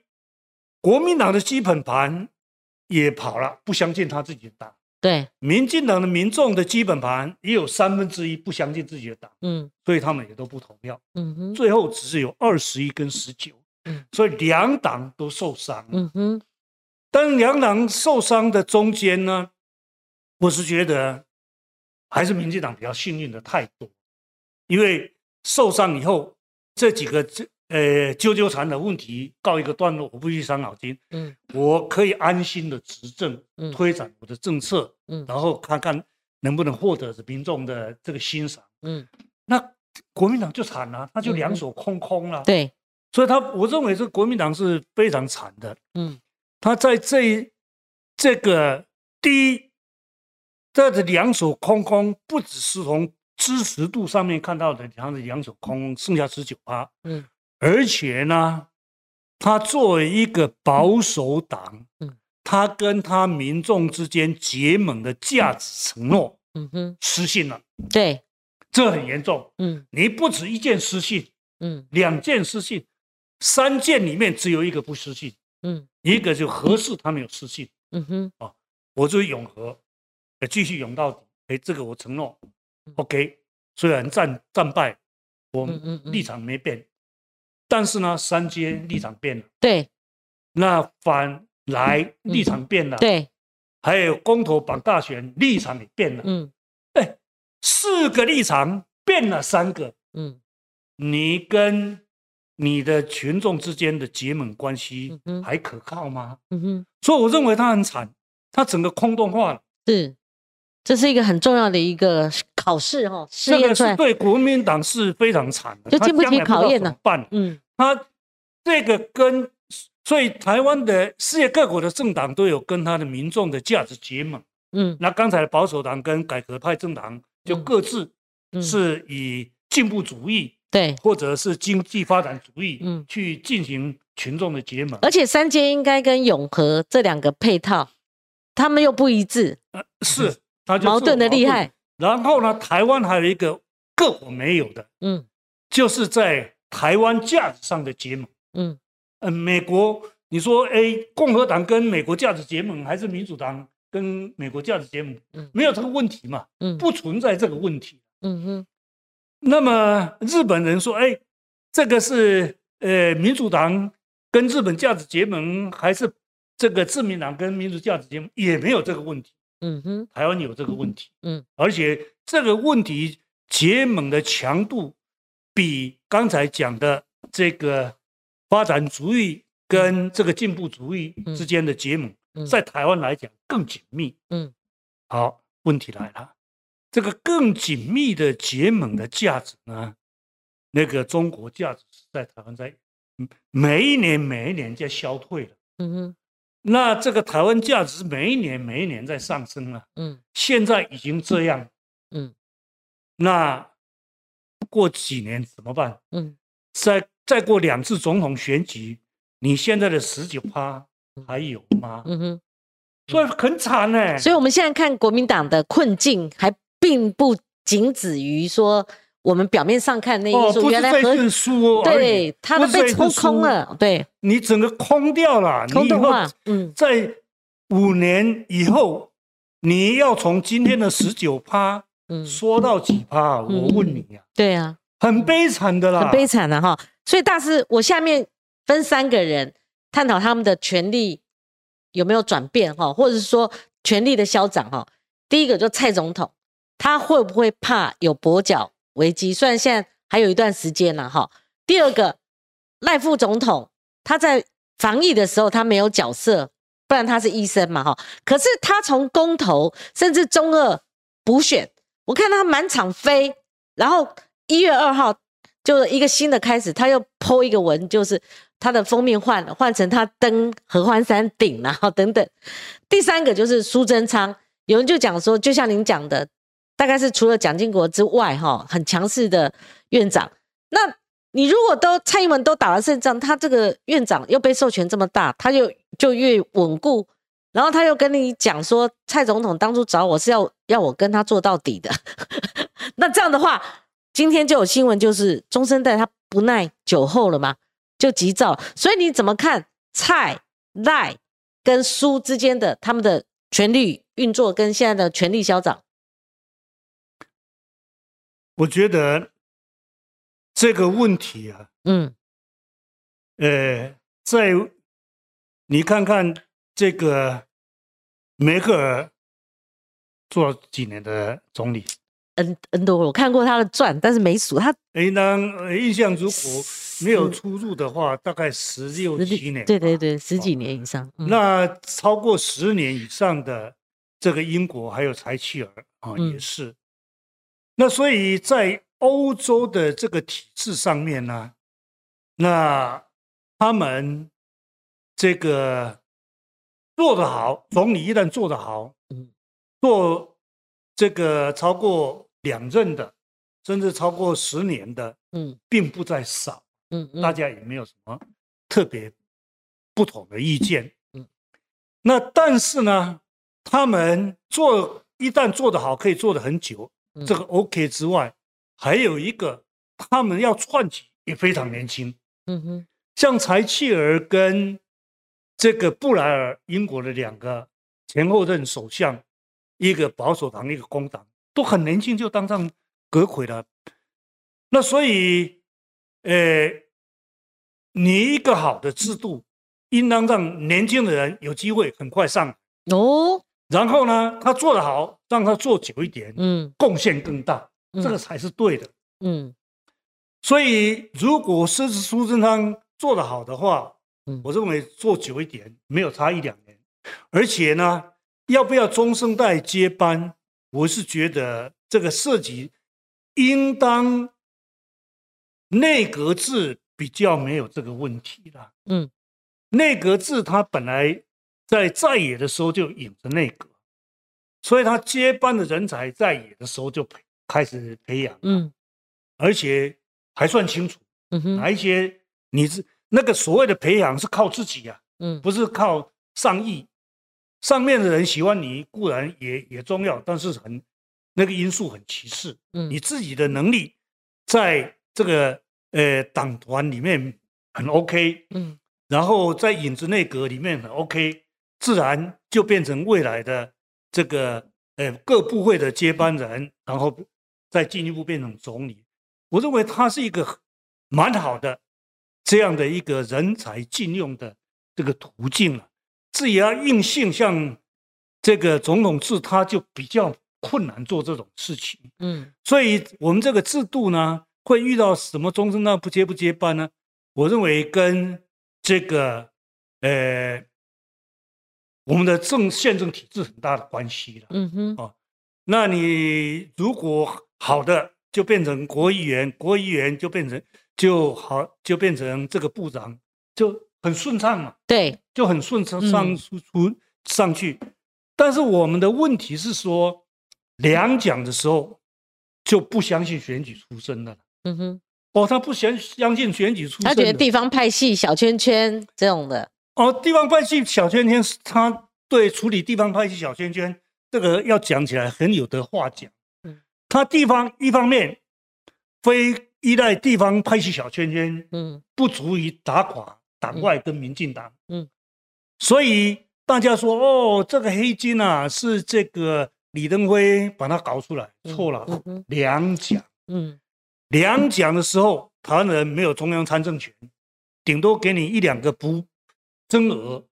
S2: 国民党的基本盘也跑了，不相信他自己的党。
S1: 对，
S2: 民进党的民众的基本盘也有三分之一不相信自己的党，
S1: 嗯
S2: 所以他们也都不投票，
S1: 嗯哼，
S2: 最后只是有二十一跟十九
S1: 嗯，
S2: 所以两党都受伤。
S1: 嗯哼，
S2: 但两党受伤的中间呢，我是觉得还是民进党比较幸运的太多，因为受伤以后这几个这呃纠纠缠的问题告一个段落，我不去伤脑筋，
S1: 嗯
S2: 我可以安心的执政
S1: 嗯，
S2: 推展我的政策，
S1: 嗯
S2: 然后看看能不能获得民众的这个欣赏。
S1: 嗯，
S2: 那国民党就惨了、他就
S1: 嗯
S2: 两
S1: 嗯
S2: 手空空了、
S1: 对，
S2: 所以他我认为这国民党是非常惨的。
S1: 嗯
S2: 他在这一这个第一，这的两手空空，不只是从支持度上面看到的他的两手空空，剩下十九趴，
S1: 嗯
S2: 而且呢，他作为一个保守党，
S1: 嗯
S2: 他跟他民众之间结盟的价值承诺
S1: 嗯哼，
S2: 失信了，
S1: 对，
S2: 这很严重。
S1: 嗯
S2: 你不止一件失信，
S1: 嗯
S2: 两件失信，三件里面只有一个不失信，
S1: 嗯
S2: 一个就合适他们有失信。
S1: 嗯哼，
S2: 我就是永和，呃，继续永到底。哎，这个我承诺
S1: 嗯。
S2: OK，虽然战战败，我
S1: 嗯嗯嗯
S2: 立场没变，但是呢，三阶立场变了，
S1: 对
S2: 那反来立场变了，，
S1: 嗯对，
S2: 还有公投绑大选立场也变了，
S1: 嗯
S2: 四个立场变了三个，
S1: 嗯
S2: 你跟你的群众之间的结盟关系
S1: 嗯哼
S2: 还可靠吗？
S1: 嗯哼，
S2: 所以我认为他很惨，他整个空洞化了。
S1: 是，这是一个很重要的一个考试哈，试
S2: 这
S1: 验
S2: 个
S1: 出
S2: 是
S1: 来，
S2: 对国民党是非常惨的，
S1: 就
S2: 他
S1: 经不起
S2: 将来知道
S1: 考验
S2: 怎么
S1: 呢
S2: 办？
S1: 嗯
S2: 他这个跟所以台湾的世界各国的政党都有跟他的民众的价值结盟。
S1: 嗯
S2: 那刚才的保守党跟改革派政党就
S1: 嗯
S2: 各自
S1: 嗯，
S2: 是以进步主义
S1: 对，
S2: 或者是经济发展主义
S1: 嗯呃
S2: 去进行群众的结盟。
S1: 而且三阶应该跟永和这两个配套，他们又不一致，
S2: 呃是，他就
S1: 矛盾的厉害。。
S2: 然后呢，台湾还有一个各国没有的，
S1: 嗯
S2: 就是在台湾价值上的结盟。
S1: 嗯
S2: 呃，美国，你说，哎，共和党跟美国价值结盟，还是民主党跟美国价值结盟？
S1: 嗯
S2: 没有这个问题嘛，
S1: 嗯，
S2: 不存在这个问题。
S1: 嗯哼，
S2: 那么日本人说，哎，这个是呃民主党跟日本价值结盟，还是这个自民党跟民主价值结盟？也没有这个问题。
S1: 嗯哼，
S2: 台湾有这个问题，
S1: 嗯，
S2: 而且这个问题结盟的强度比刚才讲的这个发展主义跟这个进步主义之间的结盟，
S1: 嗯
S2: 在台湾来讲更紧密。
S1: 嗯，
S2: 好，问题来了，这个更紧密的结盟的价值呢？那个中国价值是在台湾在嗯每一年每一年在消退了，
S1: 嗯哼，
S2: 那这个台湾价值每一年每一年在上升了。
S1: 嗯
S2: 现在已经这样，
S1: 嗯
S2: 那过几年怎么办？
S1: 嗯
S2: 再再过两次总统选举，你现在的十九趴还有吗？
S1: 嗯哼。
S2: 所以很惨呢、
S1: 所以，我们现在看国民党的困境，还并不仅止于说我们表面上看那
S2: 哦，
S1: 一
S2: 不
S1: 说
S2: 是
S1: 原来
S2: 这
S1: 和
S2: 次输而已
S1: 对，他的
S2: 不是
S1: 被
S2: 这
S1: 抽
S2: 次输
S1: 空了，对，
S2: 你整个空掉了，
S1: 空
S2: 你以
S1: 洞
S2: 后
S1: 化，嗯
S2: 在五年以后，你要从今天的十九趴
S1: 嗯，
S2: 缩到几趴？我问你呀、
S1: 对啊，
S2: 很悲惨的啦，
S1: 很悲惨的哈。所以大师，我下面分三个人探讨他们的权利有没有转变哈，或者是说权力的消长哈。第一个就蔡总统，他会不会怕有跛脚危机？虽然现在还有一段时间了哈。第二个，赖副总统他在防疫的时候他没有角色，不然他是医生嘛哈。可是他从公投甚至中二补选，我看他满场飞，然后一月二号就是一个新的开始，他又剖一个文，就是他的封面换了，换成他登合欢山顶，然后等等。第三个就是苏贞昌，有人就讲说，就像您讲的，大概是除了蒋经国之外，哈，很强势的院长。那你如果都蔡英文都打了胜仗，他这个院长又被授权这么大，他就就越稳固。然后他又跟你讲说，蔡总统当初找我是要要我跟他做到底的。 那这样的话，今天就有新闻，就是中生代他不耐酒后了嘛，就急躁。所以你怎么看蔡赖跟苏之间的他们的权力运作跟现在的权力消长？
S2: 我觉得这个问题啊，
S1: 嗯
S2: 呃，在你看看这个梅克尔做了几年的总理，
S1: ，N N 多，嗯我看过他的传，但是没数他
S2: 诶，那呃印象如果没有
S1: 十
S2: 出入的话，大概十六七年，
S1: 对对。对，十几年以上。嗯
S2: 那超过十年以上的这个英国还有柴契尔啊，
S1: 嗯
S2: 也是。那所以在欧洲的这个体制上面呢，那他们这个做得好，总理一旦做得好
S1: 嗯，
S2: 做这个超过两任的，甚至超过十年的，
S1: 嗯
S2: 并不在少。
S1: 嗯嗯
S2: 大家也没有什么特别不同的意见。
S1: 嗯
S2: 嗯，那但是呢，他们做一旦做得好，可以做得很久
S1: 嗯，
S2: 这个 OK 之外，还有一个他们要串起也非常年轻，
S1: 嗯哼
S2: 像柴契尔跟这个布莱尔，英国的两个前后任首相，一个保守党，一个工党，都很年轻就当上阁魁了。那所以，呃，你一个好的制度，应当让年轻的人有机会很快上，
S1: 哦
S2: 然后呢，他做得好，让他做久一点，
S1: 嗯
S2: 贡献更大，
S1: 嗯
S2: 这个才是对的。
S1: 嗯
S2: 所以，如果狮子苏贞昌做得好的话，
S1: 嗯
S2: 我认为做久一点没有差一两年，而且呢，要不要中生代接班，我是觉得这个涉及应当内阁制比较没有这个问题啦。
S1: 嗯
S2: 内阁制它本来在在野的时候就引着内阁，所以他接班的人才在野的时候就培开始培养，
S1: 嗯
S2: 而且还算清楚。
S1: 嗯哼
S2: 哪一些你是那个所谓的培养是靠自己啊，
S1: 嗯
S2: 不是靠上意。上面的人喜欢你固然也也重要，但是很那个因素很歧视。
S1: 嗯
S2: 你自己的能力在这个呃党团里面很 OK，
S1: 嗯
S2: 然后在影子内阁里面很 OK，自然就变成未来的这个呃各部会的接班人，然后再进一步变成总理。我认为他是一个很蛮好的这样的一个人才进用的这个途径了、至于要硬性像这个总统制，他就比较困难做这种事情。
S1: 嗯
S2: 所以我们这个制度呢，会遇到什么终身呢？不接不接班呢？我认为跟这个呃我们的政宪政体制很大的关系了。
S1: 嗯哼
S2: 那你如果好的，就变成国议员，国议员就变成就好，就变成这个部长，就很顺畅嘛。
S1: 对
S2: 就很顺畅
S1: 嗯
S2: 上出出上去。但是我们的问题是说，两蒋的时候就不相信选举出身的了。
S1: 嗯哼
S2: 哦，他不相相信选举出身
S1: 他
S2: 的，
S1: 觉得地方派系小圈圈这种的
S2: 哦地方派系小圈圈，他对处理地方派系小圈圈这个要讲起来很有得话讲
S1: 嗯。
S2: 他地方一方面非依赖地方派系小圈圈，
S1: 嗯
S2: 不足以打垮党外跟民进党。
S1: 嗯嗯
S2: 所以大家说哦，这个黑金啊是这个李登辉把它搞出来，
S1: 嗯
S2: 错了
S1: 嗯哼。
S2: 两蒋，
S1: 嗯
S2: 两蒋的时候，台湾人没有中央参政权，顶多给你一两个不增额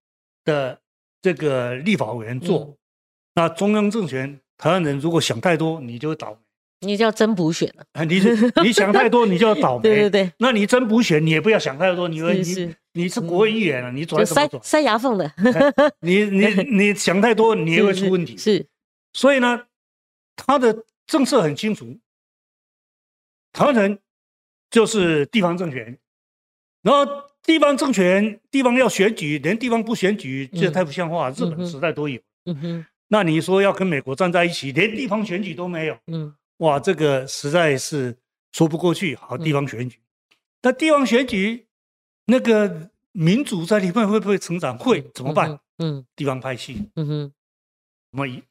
S2: 的这个立法委员做。
S1: 嗯
S2: 那中央政权，台湾人如果想太多，你 就倒
S1: 你叫真补选了
S2: 霉。你你想太多，你就要倒霉。
S1: 对对对
S2: 那你真补选，你也不要想太多，你
S1: 是
S2: 你
S1: 是
S2: 你是国会议员了，啊你
S1: 就
S2: 转什么
S1: 塞
S2: 转？
S1: 塞牙缝的
S2: 你你你想太多，你也会出问题。
S1: 是是
S2: 所以呢，他的政策很清楚，台湾人就是地方政权，然后地方政权地方要选举，连地方不选举，这
S1: 嗯
S2: 太不像话。日
S1: 嗯哼
S2: 本时代都有。
S1: 嗯哼
S2: 那你说要跟美国站在一起，连地方选举都没有，
S1: 嗯
S2: 哇，这个实在是说不过去。好，
S1: 嗯
S2: 地方选举，那地方选举那个民主在里面会不会成长？会，怎么办？？
S1: 嗯
S2: 地方派系，
S1: 嗯哼，
S2: 那么以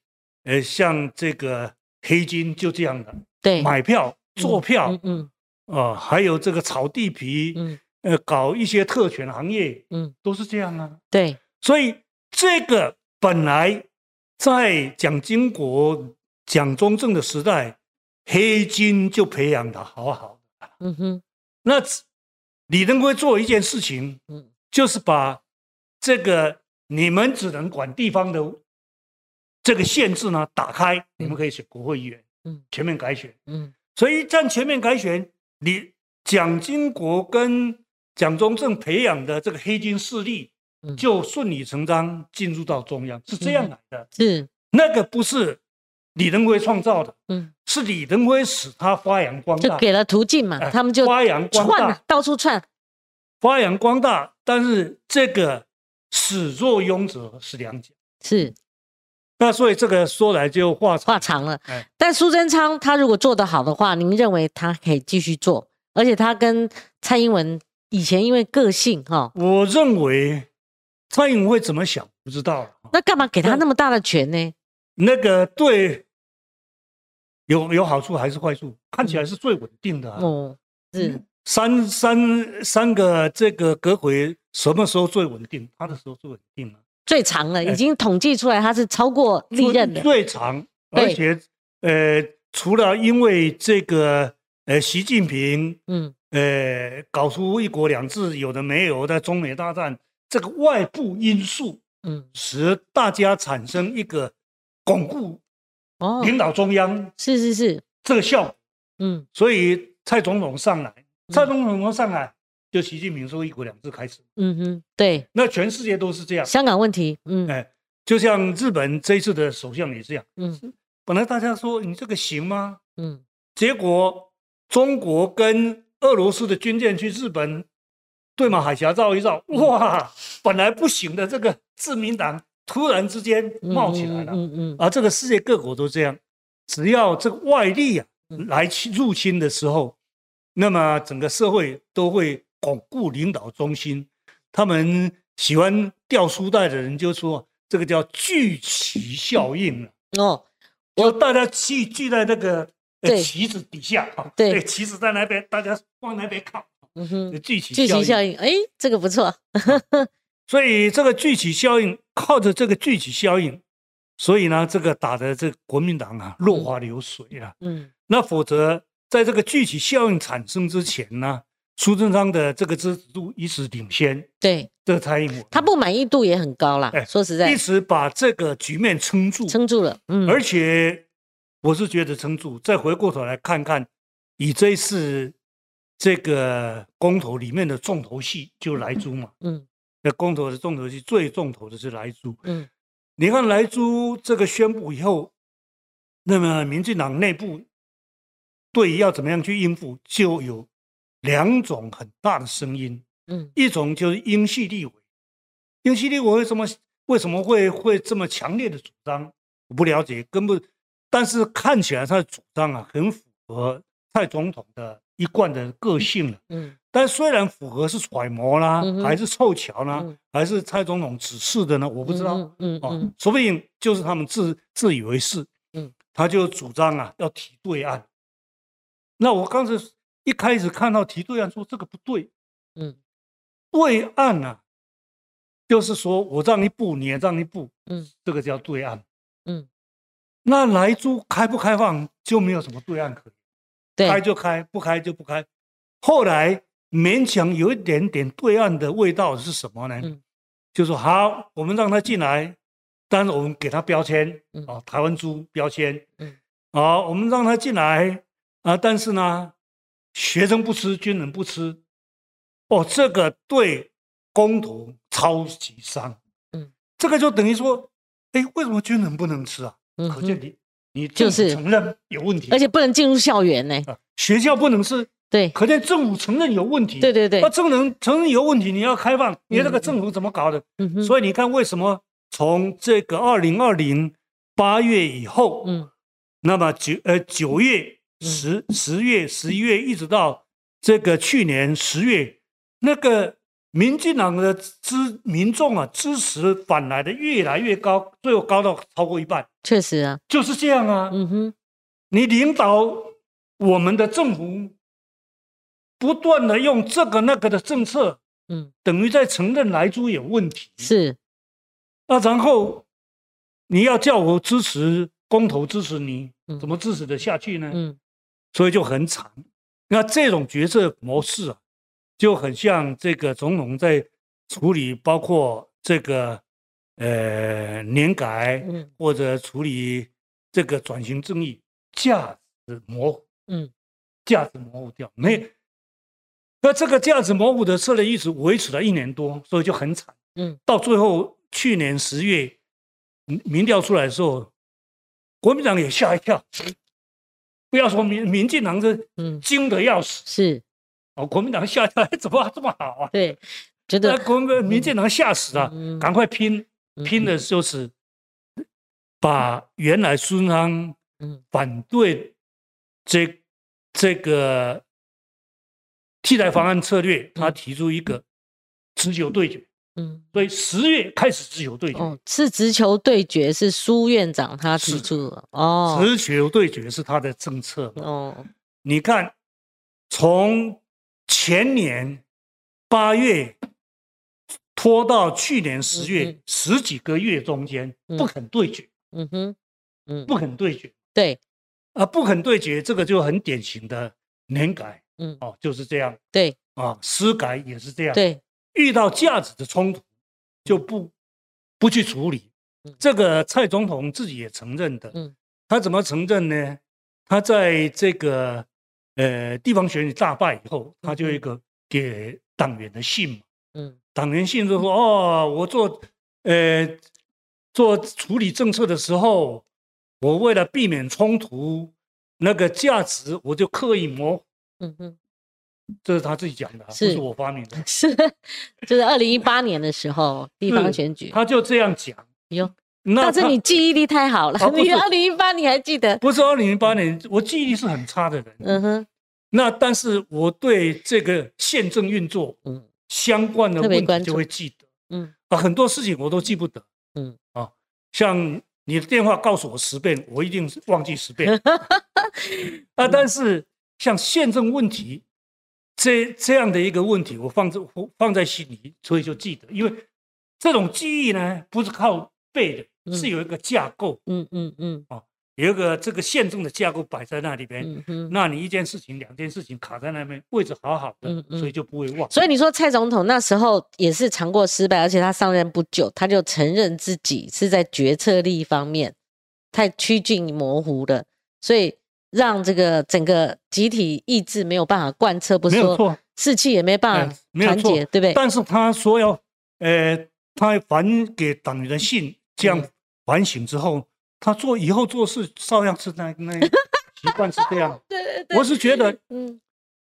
S2: 呃，像这个黑金就这样的
S1: 对，
S2: 买票、做票
S1: 嗯嗯
S2: 啊、还有这个炒地皮，
S1: 嗯，
S2: 呃，搞一些特权行业，
S1: 嗯，
S2: 都是这样啊。
S1: 对，
S2: 所以这个本来在蒋经国、蒋中正的时代，黑金就培养的好好的。
S1: 嗯哼，
S2: 那只李登辉做一件事情，
S1: 嗯
S2: 就是把这个你们只能管地方的这个限制呢打开，你们可以选国会议员，
S1: 嗯，
S2: 全面改选。
S1: 嗯
S2: 所以一旦全面改选，你蒋经国跟蒋中正培养的这个黑金势力
S1: 嗯，
S2: 就顺理成章进入到中央，是这样来的。
S1: 是，
S2: 那个不是李登辉创造的，
S1: 嗯，
S2: 是李登辉使他发扬光
S1: 就
S2: 大，
S1: 给了途径嘛，
S2: 哎
S1: 他们就
S2: 发扬光
S1: 串
S2: 大
S1: 啊，，到处串，
S2: 发扬光大。但是这个始作俑者是梁家，
S1: 是
S2: 那所以这个说来就话长
S1: 话长了
S2: 哎。
S1: 但苏贞昌他如果做得好的话，您认为他可以继续做？而且他跟蔡英文以前因为个性哈、
S2: 我认为蔡英文会怎么想，不知道了。
S1: 那干嘛给他
S2: 对
S1: 那么大的权呢？
S2: 那个对有有好处还是坏处？看起来是最稳定的啊、
S1: 哦，是，
S2: 三三三个这个阁回什么时候最稳定？他的时候最稳定了、
S1: 最长了，
S2: 哎
S1: 已经统计出来他是超过历任的。
S2: 最长，
S1: 对
S2: 而且呃，除了因为这个呃，习近平
S1: 嗯
S2: 呃搞出一国两制有的没有的中美大战这个外部因素，
S1: 嗯，
S2: 使大家产生一个巩固
S1: 哦，
S2: 领导中央
S1: 是是是，
S2: 这个效果。
S1: 嗯
S2: 所以蔡总统上来，
S1: 嗯
S2: 蔡总统上来，就习近平说一国两制开始，
S1: 嗯哼，对，
S2: 那全世界都是这样。
S1: 香港问题，嗯
S2: 哎，就像日本这一次的首相也这样，
S1: 嗯
S2: 本来大家说你这个行吗？
S1: 嗯，
S2: 结果中国跟俄罗斯的军舰去日本对马海峡绕一绕，
S1: 嗯
S2: 哇，本来不行的这个自民党突然之间
S1: 嗯
S2: 冒起来了。哦啊
S1: 嗯嗯嗯
S2: 而这个世界各国都这样，只要这个外力啊
S1: 嗯
S2: 来侵入侵的时候，那么整个社会都会巩固领导中心。他们喜欢掉书袋的人就说，这个叫聚集效应啊了，
S1: 嗯，哦，
S2: 就大家聚聚在那个呃
S1: 对
S2: 旗子底下啊，
S1: 对
S2: 那个旗子在那边，大家往那边靠，
S1: 嗯哼，
S2: 聚集
S1: 聚集
S2: 效
S1: 效
S2: 应。
S1: 应，哎，这个不错，
S2: 所以这个聚集效应，靠着这个聚集效应，所以呢，这个打的这个国民党啊，落花流水啊。
S1: 嗯
S2: 那否则，在这个具体效应产生之前呢，苏贞昌的这个支持度一直领先
S1: 对，
S2: 这个蔡英文，
S1: 他不满意度也很高啦
S2: 嗯哎，
S1: 说实在
S2: 一，直把这个局面撑住，
S1: 撑住了，嗯，
S2: 而且我是觉得撑住。再回过头来看看，以这一次这个公投里面的重头戏就莱猪嘛，
S1: 嗯
S2: 那公投的重头戏最重头的是莱猪。
S1: 嗯
S2: 你看莱猪这个宣布以后，那么民进党内部对于要怎么样去应付，就有两种很大的声音，
S1: 嗯
S2: 一种就是英系立委，英系立委为什么为什么会会这么强烈的主张？我不了解，根本，但是看起来他的主张啊，很符合蔡总统的一贯的个性了。
S1: 嗯
S2: 但虽然符合是揣摩啦，
S1: 嗯哼
S2: 还是凑巧啦，
S1: 嗯
S2: 还是蔡总统指示的啊呢？我不知道。
S1: 嗯嗯
S2: 哦
S1: 嗯，
S2: 说不定就是他们自自以为是，
S1: 嗯，
S2: 他就主张啊要提对岸。那我刚才一开始看到提对岸说这个不对，
S1: 嗯
S2: 对岸啊，就是说我让一步，你也让一步，
S1: 嗯，
S2: 这个叫对岸。
S1: 嗯，
S2: 那莱猪开不开放就没有什么对岸可以，
S1: 对，
S2: 开就开，不开就不开。后来勉强有一点点对岸的味道是什么呢？
S1: 嗯
S2: 就说好，我们让他进来，但是我们给他标签
S1: 嗯
S2: 啊，台湾猪标签，
S1: 嗯，
S2: 啊，我们让他进来啊，但是呢，学生不吃，军人不吃，哦，这个对公投超级伤，
S1: 嗯，
S2: 这个就等于说，哎，为什么军人不能吃啊？
S1: 嗯
S2: 可见
S1: 哼
S2: 你你
S1: 就
S2: 政府
S1: 是
S2: 承认有问题，
S1: 而且不能进入校园呢，
S2: 啊，学校不能吃，
S1: 对
S2: 可见政府承认有问题，
S1: 对对对
S2: 那，政能承认有问题，你要开放，你这个
S1: 嗯
S2: 政府怎么搞的？
S1: 嗯哼，
S2: 所以你看，为什么从这个二零二零八月以后，
S1: 嗯，
S2: 那么九呃九月、
S1: 嗯
S2: 十十月、十一月，一直到这个去年十月，那个民进党的支民众啊支持反来的越来越高，最后高到超过一半，
S1: 确实啊，
S2: 就是这样啊。
S1: 嗯哼，
S2: 你领导我们的政府，不断的用这个那个的政策，
S1: 嗯，
S2: 等于在承认莱猪有问题。
S1: 是，
S2: 那然后你要叫我支持公投支持你
S1: 嗯，
S2: 怎么支持得下去呢？
S1: 嗯
S2: 所以就很惨。那这种决策模式啊，就很像这个总统在处理包括这个呃年改
S1: 嗯
S2: 或者处理这个转型正义，价值模糊，
S1: 嗯，
S2: 价值模糊掉没。那这个价值模糊的策略一直维持了一年多，所以就很惨。
S1: 嗯，
S2: 到最后去年十月民民调出来的时候，国民党也吓一跳，不要说民民进党是
S1: 嗯，
S2: 惊得要死
S1: 是
S2: 哦，国民党吓一跳，哎怎么这么好啊？
S1: 对，觉
S2: 那
S1: 得
S2: 国民民进党吓死了，
S1: 嗯
S2: 赶快拼
S1: 嗯
S2: 拼的就是把原来孙昌
S1: 嗯
S2: 反对这这个替代方案策略，他提出一个持久对决，
S1: 嗯
S2: 所以十月开始持久对决。
S1: 哦，是直球对决，是苏院长他提
S2: 是
S1: 出的哦
S2: 持久对决是他的政策嘛，
S1: 哦，
S2: 你看，从前年八月拖到去年十
S1: 嗯
S2: 月
S1: 嗯，
S2: 十几个月中间
S1: 嗯
S2: 不肯对决，
S1: 嗯哼，嗯
S2: 不肯对决
S1: 对
S2: 啊，不肯对决，这个就很典型的年改，
S1: 嗯
S2: 哦，就是这样
S1: 对
S2: 啊，私改也是这样，，
S1: 对，
S2: 遇到价值的冲突就不不去处理
S1: 嗯，
S2: 这个蔡总统自己也承认的，
S1: 嗯
S2: 他怎么承认呢？他在这个呃地方选举大败以后，他就有一个给党员的信嘛，
S1: 嗯
S2: 党员信就说哦，我做呃做处理政策的时候，我为了避免冲突，那个价值我就刻意模糊，
S1: 嗯哼，
S2: 这是他自己讲的啊，
S1: 是哎
S2: 不是我发明的。
S1: 是，就是二零一八年的时候地方
S2: 是
S1: 选举，
S2: 他就这样讲。
S1: 哟，
S2: 那
S1: 但是
S2: 嗯他
S1: 你记忆力太好了
S2: 啊，不
S1: 你
S2: 是
S1: 二零一八你还记 得？
S2: 不是二零零八年，我记忆力是很差的人。
S1: 嗯哼，
S2: 那但是我对这个宪政运作
S1: 嗯
S2: 相关的
S1: 特别
S2: 问
S1: 关
S2: 题就
S1: 注
S2: 会记得
S1: 嗯
S2: 啊，很多事情我都记不得。
S1: 嗯，
S2: 啊，像你的电话告诉我十遍，我一定是忘记十遍。
S1: 嗯
S2: 啊，但是像宪政问题这这样的一个问题，我放在我放在心里，所以就记得。因为这种记忆呢，不是靠背
S1: 嗯
S2: 的，是有一个架构，
S1: 嗯嗯嗯
S2: 有一个这个宪政的架构摆在那里边。
S1: 嗯哼。
S2: 那你一件事情、两件事情卡在那边，位置好好的，
S1: 嗯嗯
S2: 所以就不会忘。
S1: 所以你说蔡总统那时候也是尝过失败，而且他上任不久，他就承认自己是在决策力方面太趋近模糊了，所以让这个整个集体意志没有办法贯彻，不
S2: 没
S1: 是
S2: 有
S1: 说
S2: 错，
S1: 士气也没办法
S2: 嗯没有
S1: 团
S2: 错
S1: 结，对不对？
S2: 但是他说要，呃，他反给党员的信这样
S1: 嗯
S2: 反省之后，他做以后做事照样是那 那习惯是这样。
S1: 对对对，
S2: 我是觉得
S1: 嗯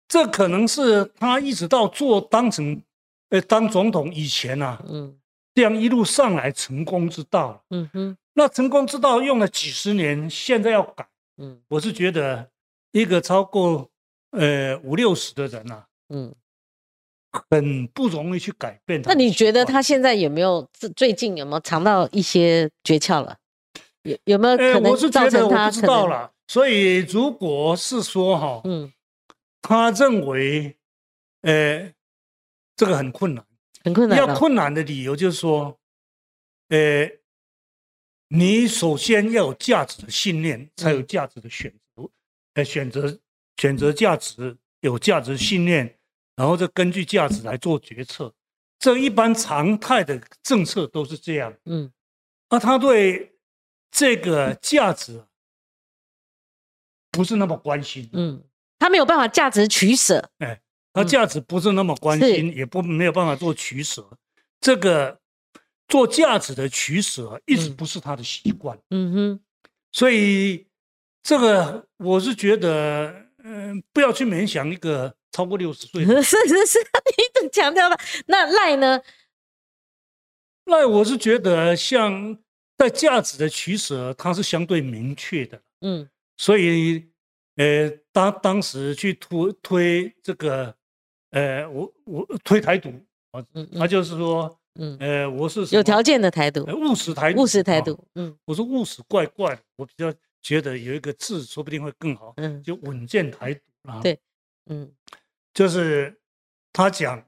S2: 这可能是他一直到做当成，呃，当总统以前啊，
S1: 嗯
S2: 这样一路上来成功之道。
S1: 嗯哼
S2: 那成功之道用了几十年，现在要改。
S1: 嗯
S2: 我是觉得一个超过呃五六十的人啊，
S1: 嗯。
S2: 很不容易去改变
S1: 那
S2: 他的习惯。
S1: 你觉得他现在有没有最最近有没有尝到一些诀窍了？有有没有
S2: 呃，
S1: 可能
S2: 我是
S1: 造
S2: 觉得
S1: 成
S2: 我
S1: 他
S2: 不
S1: 可能？
S2: 知道啦。所以如果是说哈、
S1: 嗯，
S2: 他认为，呃，这个很困难。
S1: 很困难哦
S2: 要
S1: 了
S2: 困难的理由就是说，呃，你首先要有价值的信念，才
S1: 嗯
S2: 有价值的选择，呃，选择选择价值，有价值信念，然后再根据价值来做决策。这一般常态的政策都是这样。
S1: 嗯
S2: 那他对这个价值不是那么关心，
S1: 嗯，他没有办法价值取舍。
S2: 他
S1: 嗯
S2: 价值不是那么关心，也不没有办法做取舍。这个做价值的取舍一直
S1: 嗯
S2: 不是他的习惯，
S1: 嗯哼，
S2: 所以这个我是觉得，嗯、不要去勉强一个超过六十岁的人。
S1: 是是是，你一直强调吧。那赖呢？
S2: 那我是觉得像在价值的取舍，它是相对明确的。
S1: 嗯
S2: 所以，呃，当当时去推推这个，呃，我我推台独，啊，
S1: 嗯
S2: 他
S1: 嗯
S2: 就是说，
S1: 嗯，
S2: 呃，我是什
S1: 有
S2: 么
S1: 条件的台独
S2: 呃，务实台独，
S1: 务实台
S2: 啊
S1: 独，嗯
S2: 我说务实怪怪的，我比较觉得有一个字说不定会更好，
S1: 嗯
S2: 就稳健台独啊。
S1: 对嗯
S2: 就是他讲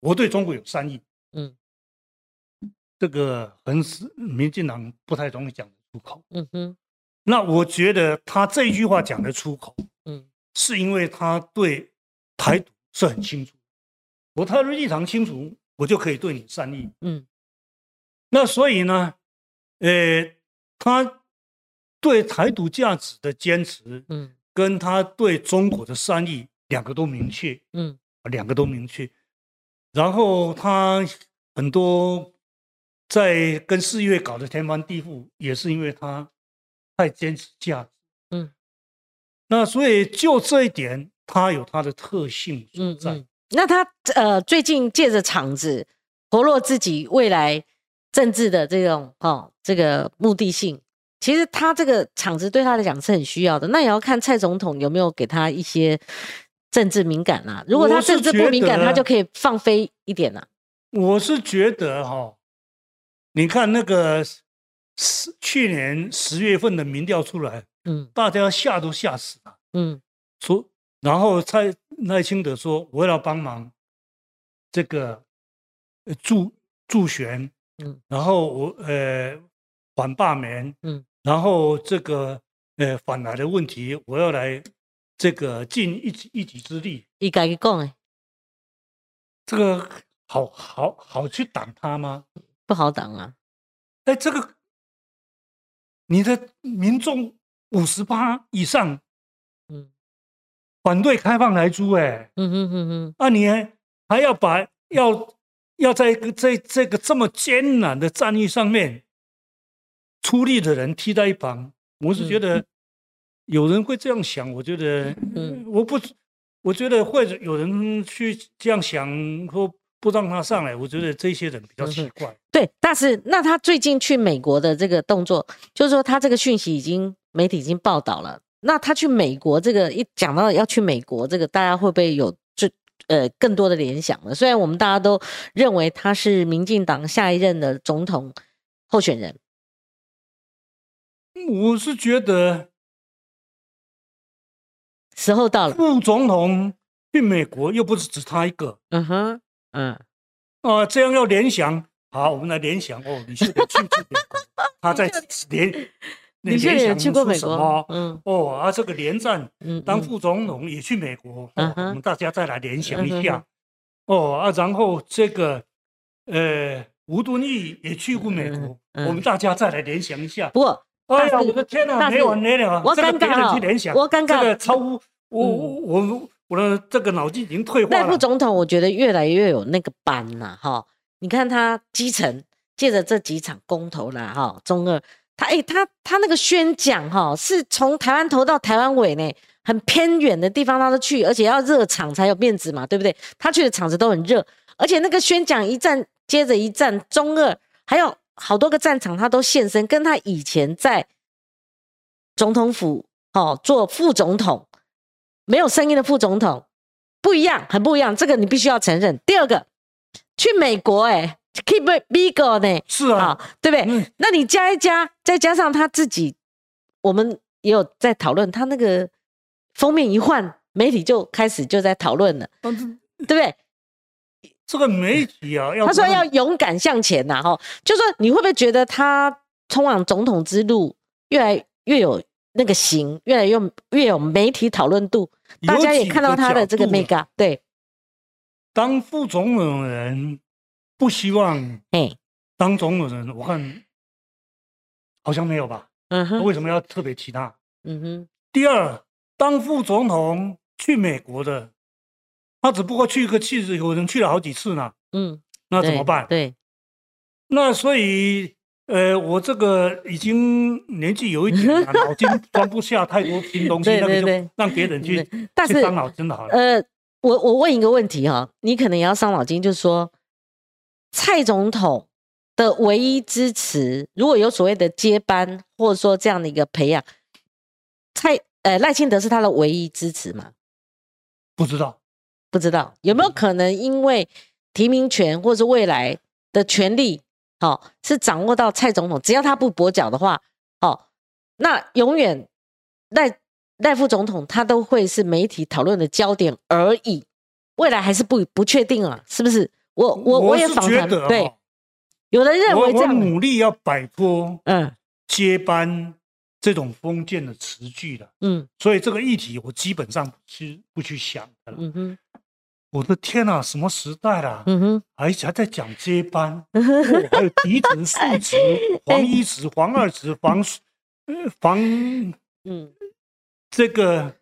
S2: 我对中国有善意，
S1: 嗯
S2: 这个很是民进党不太容易讲得出口。
S1: 嗯哼
S2: 那我觉得他这一句话讲得出口，
S1: 嗯
S2: 是因为他对台独是很清楚，我他的立场清楚，我就可以对你善意。
S1: 嗯
S2: 那所以呢，呃，他对台独价值的坚持，
S1: 嗯
S2: 跟他对中国的善意，两个都明确，
S1: 嗯
S2: 两个都明确。然后他很多在跟四月搞得天翻地覆，也是因为他太坚持价值。
S1: 嗯，
S2: 那所以就这一点，他有他的特性所
S1: 嗯
S2: 在。
S1: 嗯。那他呃最近借着场子活络自己未来政治的这种哦这个目的性，其实他这个场子对他来讲是很需要的。那也要看蔡总统有没有给他一些政治敏感啦、如果他
S2: 我是
S1: 政治不敏感，
S2: 觉得
S1: 他就可以放飞一点啊啦、
S2: 我是觉得哈、你看那个十去年十月份的民调出来，
S1: 嗯
S2: 大家吓都吓死了。
S1: 嗯
S2: 说，然后蔡赖清德说，我要帮忙这个呃助助选，
S1: 嗯，
S2: 然后我呃反罢免，
S1: 嗯，
S2: 然后这个呃反来的问题，我要来这个尽一己一己之力，
S1: 伊家己讲诶，
S2: 这个好好好去挡他吗？
S1: 不好挡啊。
S2: 哎，这个你的民众五十八以上
S1: 嗯
S2: 反对开放来租、哎。
S1: 嗯哼哼哼，
S2: 啊，你还还要把要要在一个在这个这么艰难的战役上面出力的人踢在一旁，我是觉得有人会这样想，我觉得，
S1: 嗯
S2: 我不，我觉得会有人去这样想，或不让他上来，我觉得这些人比较
S1: 嗯
S2: 奇怪。
S1: 对，大师，那他最近去美国的这个动作，就是说他这个讯息已经媒体已经报道了。那他去美国这个一讲到要去美国这个，大家会不会有最呃更多的联想呢？虽然我们大家都认为他是民进党下一任的总统候选人，
S2: 嗯我是觉得
S1: 时候到了。
S2: 副总统去美国又不是只他一个
S1: 嗯哼，嗯，
S2: 啊、这样要联想。好，我们来联想哦，李秀莲去去美国， 他在联
S1: 你确实也
S2: 联
S1: 去
S2: 想
S1: 过
S2: 出
S1: 美
S2: 什
S1: 国
S2: 么？？
S1: 嗯
S2: 哦，啊，这个连战
S1: 嗯，
S2: 当
S1: 嗯
S2: 副总统也去美国，
S1: 嗯
S2: 哦
S1: 哼
S2: 我们大家再来联想一
S1: 嗯
S2: 下。哦啊，然后这个呃，吴敦义也去过美
S1: 嗯
S2: 国，
S1: 嗯
S2: 我们大家再来联想一下。
S1: 不过
S2: 哎呀，
S1: 大致
S2: 我的天哪，
S1: 大致
S2: 没完没了啊！
S1: 我
S2: 这
S1: 尴
S2: 个别
S1: 尬
S2: 人
S1: 了
S2: 去联想，
S1: 我尴尬嗯
S2: 这
S1: 了
S2: 个超乎我我我我的这个脑筋已经退化
S1: 赖
S2: 了
S1: 副。总统，我觉得越来越有那个班了哈。你看他基层借着这几场公投啦哈，中二他诶，他他那个宣讲哈，是从台湾头到台湾尾呢，很偏远的地方他都去，而且要热场才有面子嘛，对不对？他去的场子都很热，而且那个宣讲一站接着一站，中二还有好多个战场他都现身，跟他以前在总统府哦做副总统没有声音的副总统不一样，很不一样，这个你必须要承认。第二个，去美国哎、keep it big 呢，
S2: 是啊
S1: 啊，，对不对？
S2: 嗯
S1: 那你加一加，再加上他自己，我们也有在讨论他那个封面一换，媒体就开始就在讨论了，
S2: 但是
S1: 对不对？
S2: 这个媒 体啊，要
S1: 他说
S2: 不
S1: 要勇敢向前呐、哈，就说你会不会觉得他通往总统之路越来越有那个型，越来越越有媒体讨论度，大
S2: 有
S1: 家也
S2: 几
S1: 看到他的这个
S2: 角度啊
S1: mega，对，
S2: 当副总统的人不希望
S1: 哎，
S2: 当总统的人，我看好像没有吧？
S1: 嗯哼，
S2: 为什么要特别提他？
S1: 嗯哼，
S2: 第二，当副总统去美国的，他只不过去一个去，有人去了好几次呢，
S1: 嗯，
S2: 那怎么
S1: 对
S2: 办？
S1: 对，
S2: 那所以，呃，我这个已经年纪有一点 了，脑筋装不下太多新东西，
S1: 对
S2: 那
S1: 对
S2: 个
S1: 对
S2: 就让别人去
S1: 嗯但
S2: 去
S1: 是
S2: 伤脑筋好了。
S1: 呃，我我问一个问题哈、你可能也要伤脑筋，就是说，蔡总统的唯一支持，如果有所谓的接班或者说这样的一个培养，蔡呃赖清德是他的唯一支持吗？
S2: 不知道，
S1: 不知道有没
S2: 嗯
S1: 有可能因为提名权或者是未来的权利，哦，是掌握到蔡总统，只要他不跛脚的话，哦，那永远赖赖副总统他都会是媒体讨论的焦点而已，未来还是不不确定啊，是不是？我我
S2: 我
S1: 也
S2: 是
S1: 访
S2: 觉
S1: 谈
S2: 得
S1: 对
S2: 哦，
S1: 有人认
S2: 我
S1: 为这
S2: 我
S1: 样，
S2: 努力要摆脱
S1: 嗯
S2: 接班这种封建的词句了，
S1: 嗯
S2: 所以这个议题我基本上是不去想的了。
S1: 嗯哼
S2: 我的天啊，什么时代啦、
S1: 嗯哼，
S2: 还还在讲接班，哦还有嫡子、庶 子、皇一子、皇二子、皇呃皇
S1: 嗯，
S2: 这个，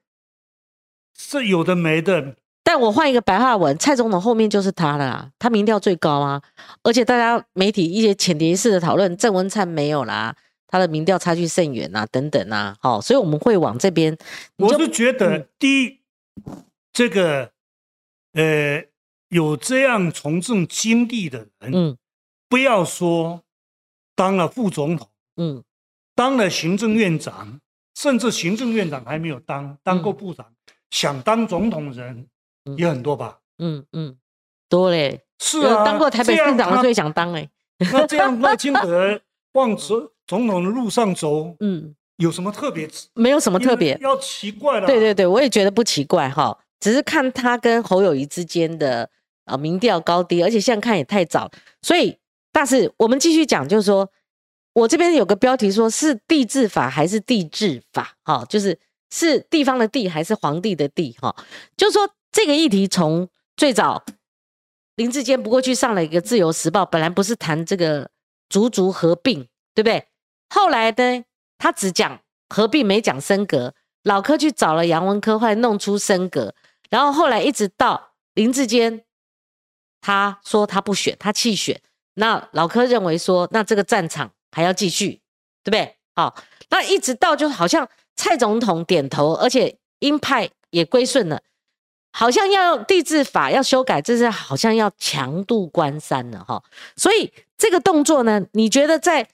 S2: 这有的没的，
S1: 但我换一个白话文，蔡总统后面就是他了啊，他民调最高啊，而且大家媒体一些浅碟式的讨论，郑文灿没有啦，他的民调差距甚远啊，等等啊，好、所以我们会往这边，你嗯
S2: 我
S1: 就是
S2: 觉得第一，这个呃有这样从政经历的人，
S1: 嗯
S2: 不要说当了副总统，
S1: 嗯
S2: 当了行政院长，甚至行政院长还没有当，当过部长，想当总统的人
S1: 嗯
S2: 也很多吧？
S1: 嗯嗯，多嘞，
S2: 是
S1: 有
S2: 啊，
S1: 当过台北
S2: 这样
S1: 市长，
S2: 他
S1: 我最想当哎、
S2: 那这样赖 清德往总总统的路上走，
S1: 嗯，
S2: 有什么特别之？
S1: 没有什么特别，
S2: 要奇怪了。
S1: 对对对，我也觉得不奇怪哈，只是看他跟侯友谊之间的呃民调高低，而且现在看也太早，所以但是我们继续讲，就是说我这边有个标题说是地治法还是地治法哈，就是是地方的地还是皇帝的地哈，就是说这个议题从最早林志坚不过去上了一个《自由时报》，本来不是谈这个族族合并，对不对？后来呢，他只讲合并，没讲升格。老柯去找了杨文科，后来弄出升格，然后后来一直到林志坚，他说他不选，他弃选。那老柯认为说，那这个战场还要继续，对不对？好，那一直到就好像蔡总统点头，而且鹰派也归顺了，好像要地质法要修改，这是好像要强渡关山了哈。所以这个动作呢，你觉得在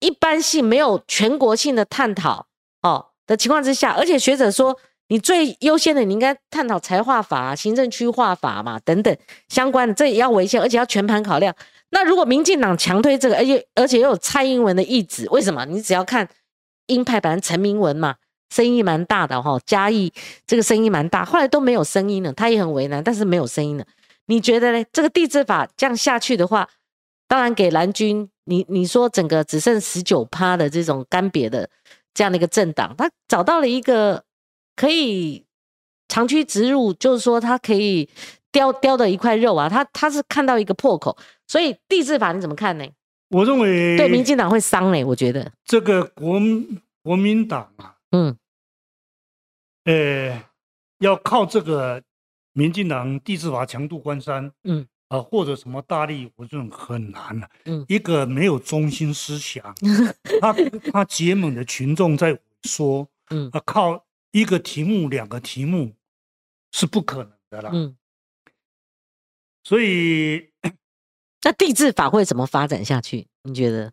S1: 一般性没有全国性的探讨哦的情况之下，而且学者说你最优先的，你应该探讨财划法啊、行政区划法嘛等等相关的，这也要维宪，而且要全盘考量。那如果民进党强推这个，而且而且又有蔡英文的意志，为什么？你只要看鹰派，本来陈明文嘛，声音蛮大的哈、嘉义这个声音蛮大，后来都没有声音了，他也很为难，但是没有声音了。你觉得呢？这个地质法这样下去的话，当然给蓝军，你你说整个只剩十九趴的这种干瘪的这样的一个政党，他找到了一个可以长驱直入，就是说他可以叼叼的一块肉啊，他他是看到一个破口，所以地质法你怎么看呢？
S2: 我认为
S1: 对民进党会伤嘞，我觉得，
S2: 这个国民国民党啊，
S1: 嗯
S2: 呃，要靠这个民进党地治法强渡关山，
S1: 嗯
S2: 啊、或者什么大力，我认为很难了、
S1: 嗯
S2: 一个没有中心思 想，他他结盟的群众在说，
S1: 嗯
S2: 啊，靠一个题目两个题目是不可能的啦。
S1: 嗯，
S2: 所以
S1: 那地质法会怎么发展下去？你觉得？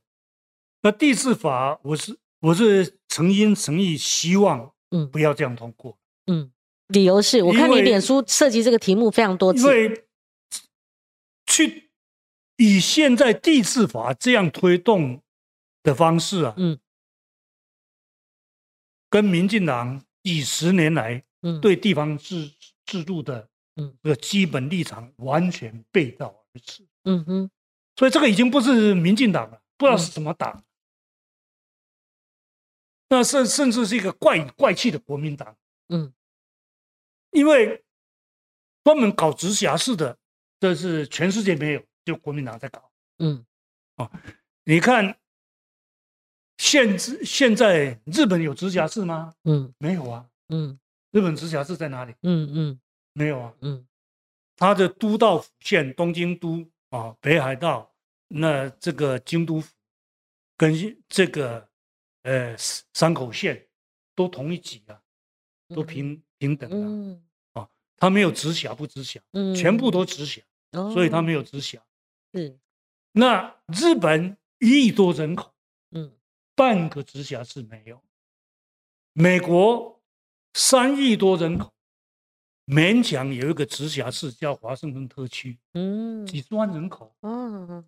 S2: 那第四法，我是我是诚心诚意希望
S1: 嗯
S2: 不要这样通过，
S1: 嗯，理由是我看
S2: 因
S1: 你
S2: 为
S1: 脸书涉及这个题目非常多
S2: 因
S1: 次，
S2: 为去以现在地四法这样推动的方式啊，
S1: 嗯
S2: 跟民进党几十年来
S1: 嗯
S2: 对地方制制度的
S1: 嗯
S2: 这个基本立场完全背道而驰，
S1: 嗯哼
S2: 所以这个已经不是民进党了，不知道是什么党。
S1: 嗯
S2: 那甚甚至是一个怪怪气的国民党，
S1: 嗯
S2: 因为专门搞直辖市的，这是全世界没有，就国民党在搞。
S1: 嗯
S2: 你看，现之现在日本有直辖市吗？
S1: 嗯
S2: 没有啊。
S1: 嗯
S2: 日本直辖市在哪里？
S1: 嗯嗯
S2: 没有啊。
S1: 嗯
S2: 它的都道府县，东京都啊，北海道，那这个京都府跟这个呃山口县都同一级啊，都平平等啊。
S1: 嗯
S2: 它没有直辖不直辖，
S1: 嗯
S2: 全部都直辖，
S1: 哦
S2: 所以它没有直辖。
S1: 是
S2: 那日本一亿多人口，
S1: 嗯，
S2: 半个直辖市没有。美国三亿多人口，勉强有一个直辖市叫华盛顿特区，
S1: 嗯，
S2: 几十万人口，
S1: 哦，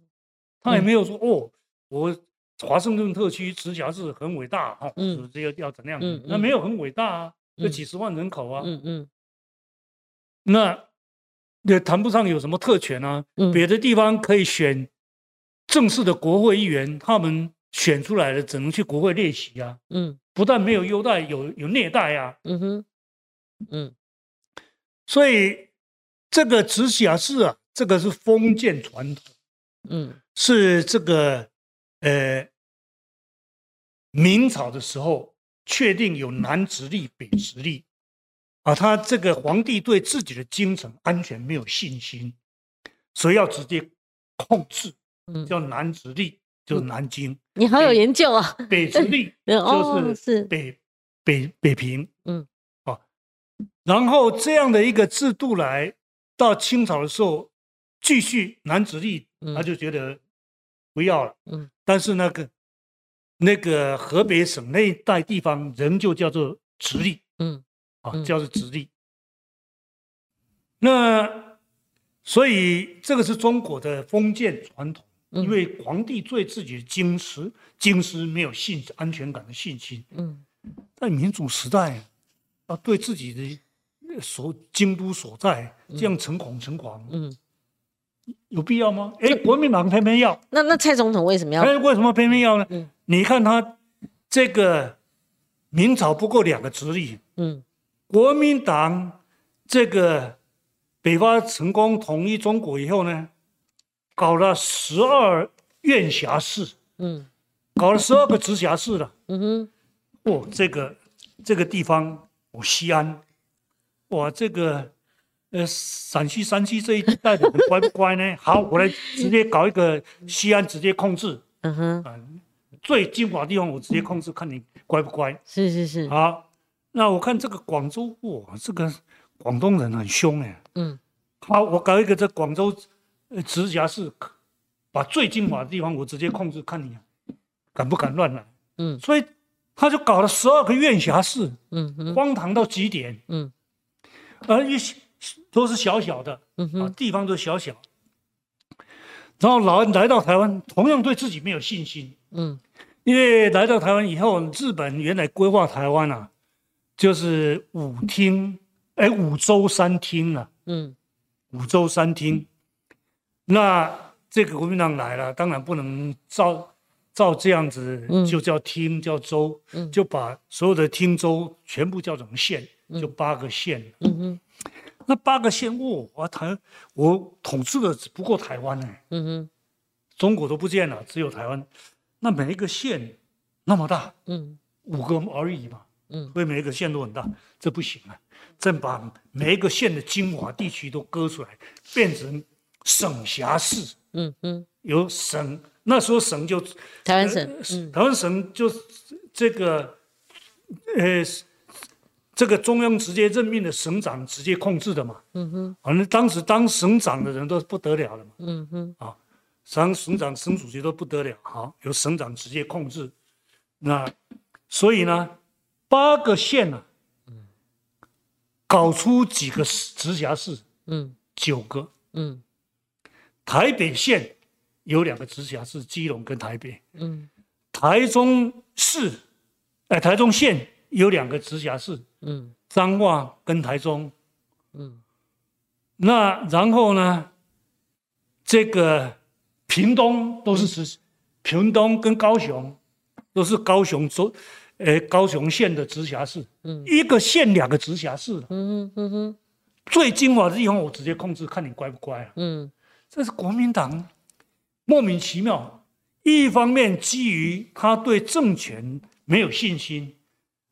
S2: 他也没有说、
S1: 嗯
S2: 哦，我华盛顿特区直辖市很伟大哈，
S1: 嗯
S2: 是不是要要怎样？
S1: 嗯
S2: 那
S1: 嗯
S2: 没有很伟大啊，就
S1: 嗯
S2: 几十万人口啊，
S1: 嗯嗯
S2: 那也谈不上有什么特权啊。
S1: 嗯，
S2: 别的地方可以选正式的国会议员，他们选出来的只能去国会列席啊，
S1: 嗯
S2: 不但没有优待，有有虐待啊。
S1: 嗯哼，嗯
S2: 所以这个直辖市啊，这个是封建传统，
S1: 嗯
S2: 是这个呃明朝的时候确定有南直隶、北直隶啊，他这个皇帝对自己的京城安全没有信心，所以要直接控制。
S1: 嗯，
S2: 叫南直隶，就是南京；
S1: 你好有研究啊，
S2: 北直隶
S1: 哦
S2: 就是北北北平。
S1: 嗯，
S2: 啊，然后这样的一个制度来到清朝的时候，继续南直隶，
S1: 嗯
S2: 他就觉得不要了。
S1: 嗯，
S2: 但是那个那个河北省那一带地方仍旧叫做直隶。
S1: 嗯
S2: 啊
S1: 嗯，
S2: 叫做直立。那所以这个是中国的封建传统，
S1: 嗯
S2: 因为皇帝对自己的京师京师没有信安全感的信心，
S1: 嗯
S2: 在民主时代啊，对自己的呃所京都所在这样诚恐诚惶，
S1: 嗯，
S2: 有必要吗？哎，国民党偏偏要，
S1: 那那蔡总统为什么要
S2: 哎，为什么偏偏要呢？
S1: 嗯
S2: 你看他这个明朝不过两个直立，
S1: 嗯
S2: 国民党这个北伐成功统一中国以后呢，搞了十二院辖市，
S1: 嗯
S2: 搞了十二个直辖市了。
S1: 嗯哼
S2: 哦，这个这个地方，哦，西安，哇，这个呃，陕西、山西这一带的人乖不乖呢？ 好，我来直接搞一个西安，直接控制，啊
S1: 嗯哼，
S2: 最精华地方我直接控制，看你乖不乖。
S1: 是是是，
S2: 好，那我看这个广州，哇，这个广东人很凶哎。
S1: 嗯
S2: 好，我搞一个在广州呃直辖市，把最精华的地方我直接控制，看你敢不敢乱来。
S1: 嗯
S2: 所以他就搞了十二个院辖市，
S1: 嗯哼
S2: 荒唐到极点，
S1: 嗯
S2: 而一都是小小的
S1: 嗯
S2: 啊
S1: 哼，
S2: 地方都小小。然后老来到台湾，同样对自己没有信心，
S1: 嗯
S2: 因为来到台湾以后，日本原来规划台湾啊，就是五厅，哎，五洲三厅啊，
S1: 嗯
S2: 五洲三厅。那这个国民党来了，当然不能照照这样子
S1: 嗯，
S2: 就叫厅、叫州，
S1: 嗯
S2: 就把所有的厅州全部叫成县，就八个县。
S1: 嗯哼
S2: 那八个县，哦，我台我统治的只不过台湾呢、
S1: 嗯哼
S2: 中国都不见了，只有台湾。那每一个县那么大，
S1: 嗯
S2: 五个而已嘛，
S1: 嗯
S2: 所以每一个县都很大，这不行啊！再把每一个县的精华地区都割出来，变成省辖市，
S1: 嗯嗯，
S2: 由省那时候省就
S1: 台湾省
S2: 呃
S1: 嗯
S2: 台湾省就这个呃这个中央直接任命的省长直接控制的嘛，
S1: 嗯哼
S2: 反正当时当省长的人都不得了了嘛，
S1: 嗯哼
S2: 省省长、省主席都不得了，好由省长直接控制。那所以呢，八个县呢、
S1: 嗯
S2: 搞出几个市直辖市，
S1: 嗯
S2: 九个。
S1: 嗯
S2: 台北县有两个直辖市，基隆跟台北。
S1: 嗯
S2: 台中市，哎、台中县有两个直辖市，
S1: 嗯
S2: 彰化跟台中。
S1: 嗯
S2: 那然后呢，这个屏东都是
S1: 嗯
S2: 直，屏东跟高雄都是高雄州，呃，高雄县的直辖市。
S1: 嗯
S2: 一个县两个直辖市，
S1: 嗯嗯哼
S2: 最精华的地方我直接控制，看你乖不乖啊！
S1: 嗯
S2: 这是国民党莫名其妙，一方面基于他对政权没有信心，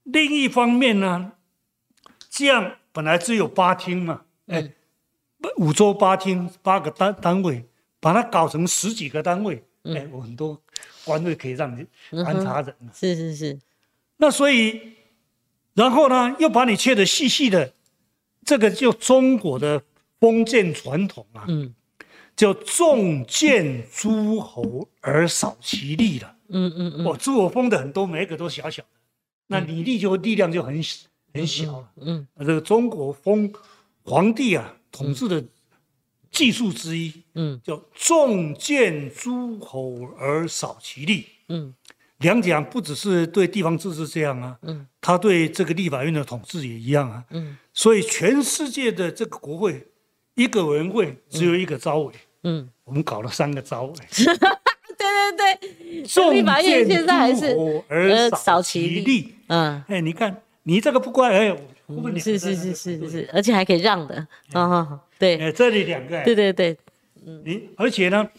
S2: 另一方面呢，这样本来只有八厅嘛，哎，五州八厅八个单单位，把它搞成十几个单位，哎，我很多官位可以让你安插人。
S1: 是是是
S2: 那所以，然后呢，又把你切得细细的，这个就中国的封建传统啊，
S1: 嗯
S2: 叫重见诸侯而少其力了。
S1: 嗯嗯嗯
S2: 我诸侯封的很多，每一个都小小的，那你力就力量就很很小了。
S1: 嗯
S2: 这个中国封皇帝啊，统治的技术之一
S1: 嗯
S2: 叫重见诸侯而少其力。
S1: 嗯
S2: 两蒋不只是对地方自治这样啊，
S1: 嗯
S2: 他对这个立法院的统治也一样啊。
S1: 嗯
S2: 所以全世界的这个国会，一个委员会只有一个招委，
S1: 嗯，
S2: 我们搞了三个招委。
S1: 对对对，
S2: 重
S1: 立法院现在还是呃
S2: 见诸侯而少其力。
S1: 嗯。
S2: 哎，你看你这个不乖，哎，我会不会两个
S1: 是
S2: 在
S1: 是
S2: 那
S1: 是
S2: 个
S1: 是是，是，而且还可以让
S2: 嗯
S1: 的啊、哦，对
S2: 哎，这里两个，
S1: 对对对，
S2: 你而且呢，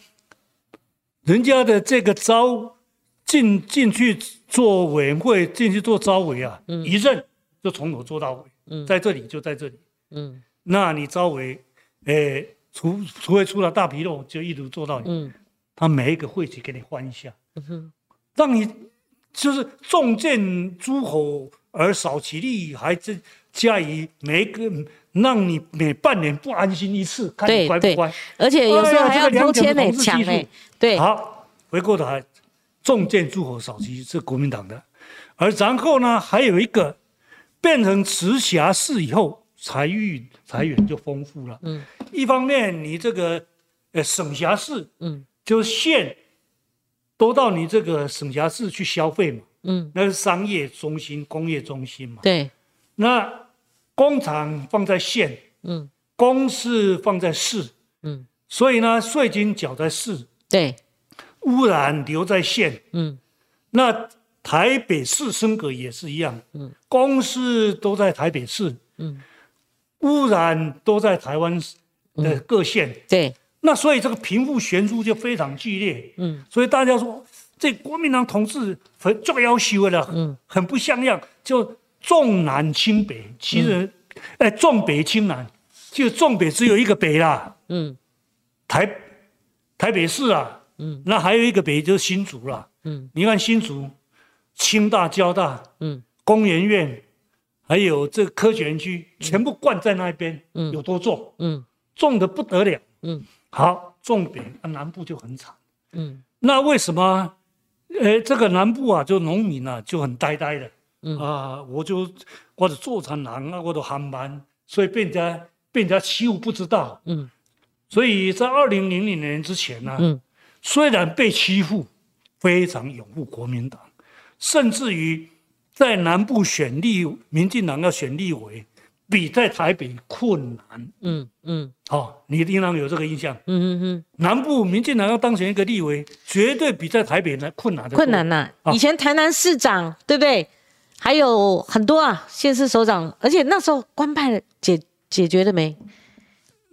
S2: 人家的这个招进进去做委员会，进去做招委啊，一任就从头做到尾，
S1: 嗯
S2: 在这里就在这里。
S1: 嗯
S2: 那你招委，哎，除除非出了大纰漏，就一路做到你。
S1: 嗯
S2: 他每一个会期给你换一下，
S1: 嗯哼
S2: 让你就是重见诸侯而少其力，还是加以每一个让你每半年不安心一次，看
S1: 对
S2: 你乖不
S1: 对
S2: 乖。
S1: 而且有时候还要抽签呢、
S2: 哎呀这个两种统治技术
S1: 抢呢、对，
S2: 好，回过头来，重建诸侯少其是国民党的，而然后呢，还有一个变成直辖市以后，财运财源就丰富了。
S1: 嗯，
S2: 一方面你这个呃省辖市
S1: 嗯
S2: 就县都到你这个省辖市去消费嘛，
S1: 嗯，
S2: 那是商业中心、工业中心嘛。
S1: 对，
S2: 那工厂放在县，
S1: 嗯
S2: 公司放在市，
S1: 嗯
S2: 所以呢，税金缴在市，
S1: 对，
S2: 污染留在县。
S1: 嗯
S2: 那台北市升格也是一样，
S1: 嗯
S2: 公司都在台北市，
S1: 嗯
S2: 污染都在台湾的
S1: 嗯
S2: 各县，
S1: 对，
S2: 那所以这个贫富悬殊就非常剧烈，
S1: 嗯
S2: 所以大家说这国民党同志很就要修了，
S1: 嗯
S2: 很不像样，就重南轻北，其实，
S1: 嗯
S2: 哎、重北轻南，就重北只有一个北啦，
S1: 嗯
S2: 台台北市啊，
S1: 嗯
S2: 那还有一个北就是新竹啦，
S1: 嗯
S2: 你看新竹，清大、交大。
S1: 嗯
S2: 工研院，还有这个科学园区，全部灌在那边，
S1: 嗯
S2: 有多重？
S1: 嗯
S2: 重的不得了。
S1: 嗯
S2: 好，重北啊，南部就很惨。
S1: 嗯
S2: 那为什么？呃，这个南部啊，就农民啊，就很呆呆的。
S1: 嗯
S2: 啊，我就我的做产人啊，我的航班，所以被人家被人家欺负，不知道。
S1: 嗯
S2: 所以在二零零零年之前呢、
S1: 嗯
S2: 虽然被欺负，非常拥护国民党，甚至于在南部选立民进党要选立委，比在台北困难。
S1: 嗯嗯
S2: 哦，你应当有这个印象。
S1: 嗯嗯，
S2: 南部民进党要当选一个立委，绝对比在台北难困难的
S1: 困难。呐、
S2: 哦
S1: 以前台南市长对不对？还有很多啊，县市首长，而且那时候官派解解决了没？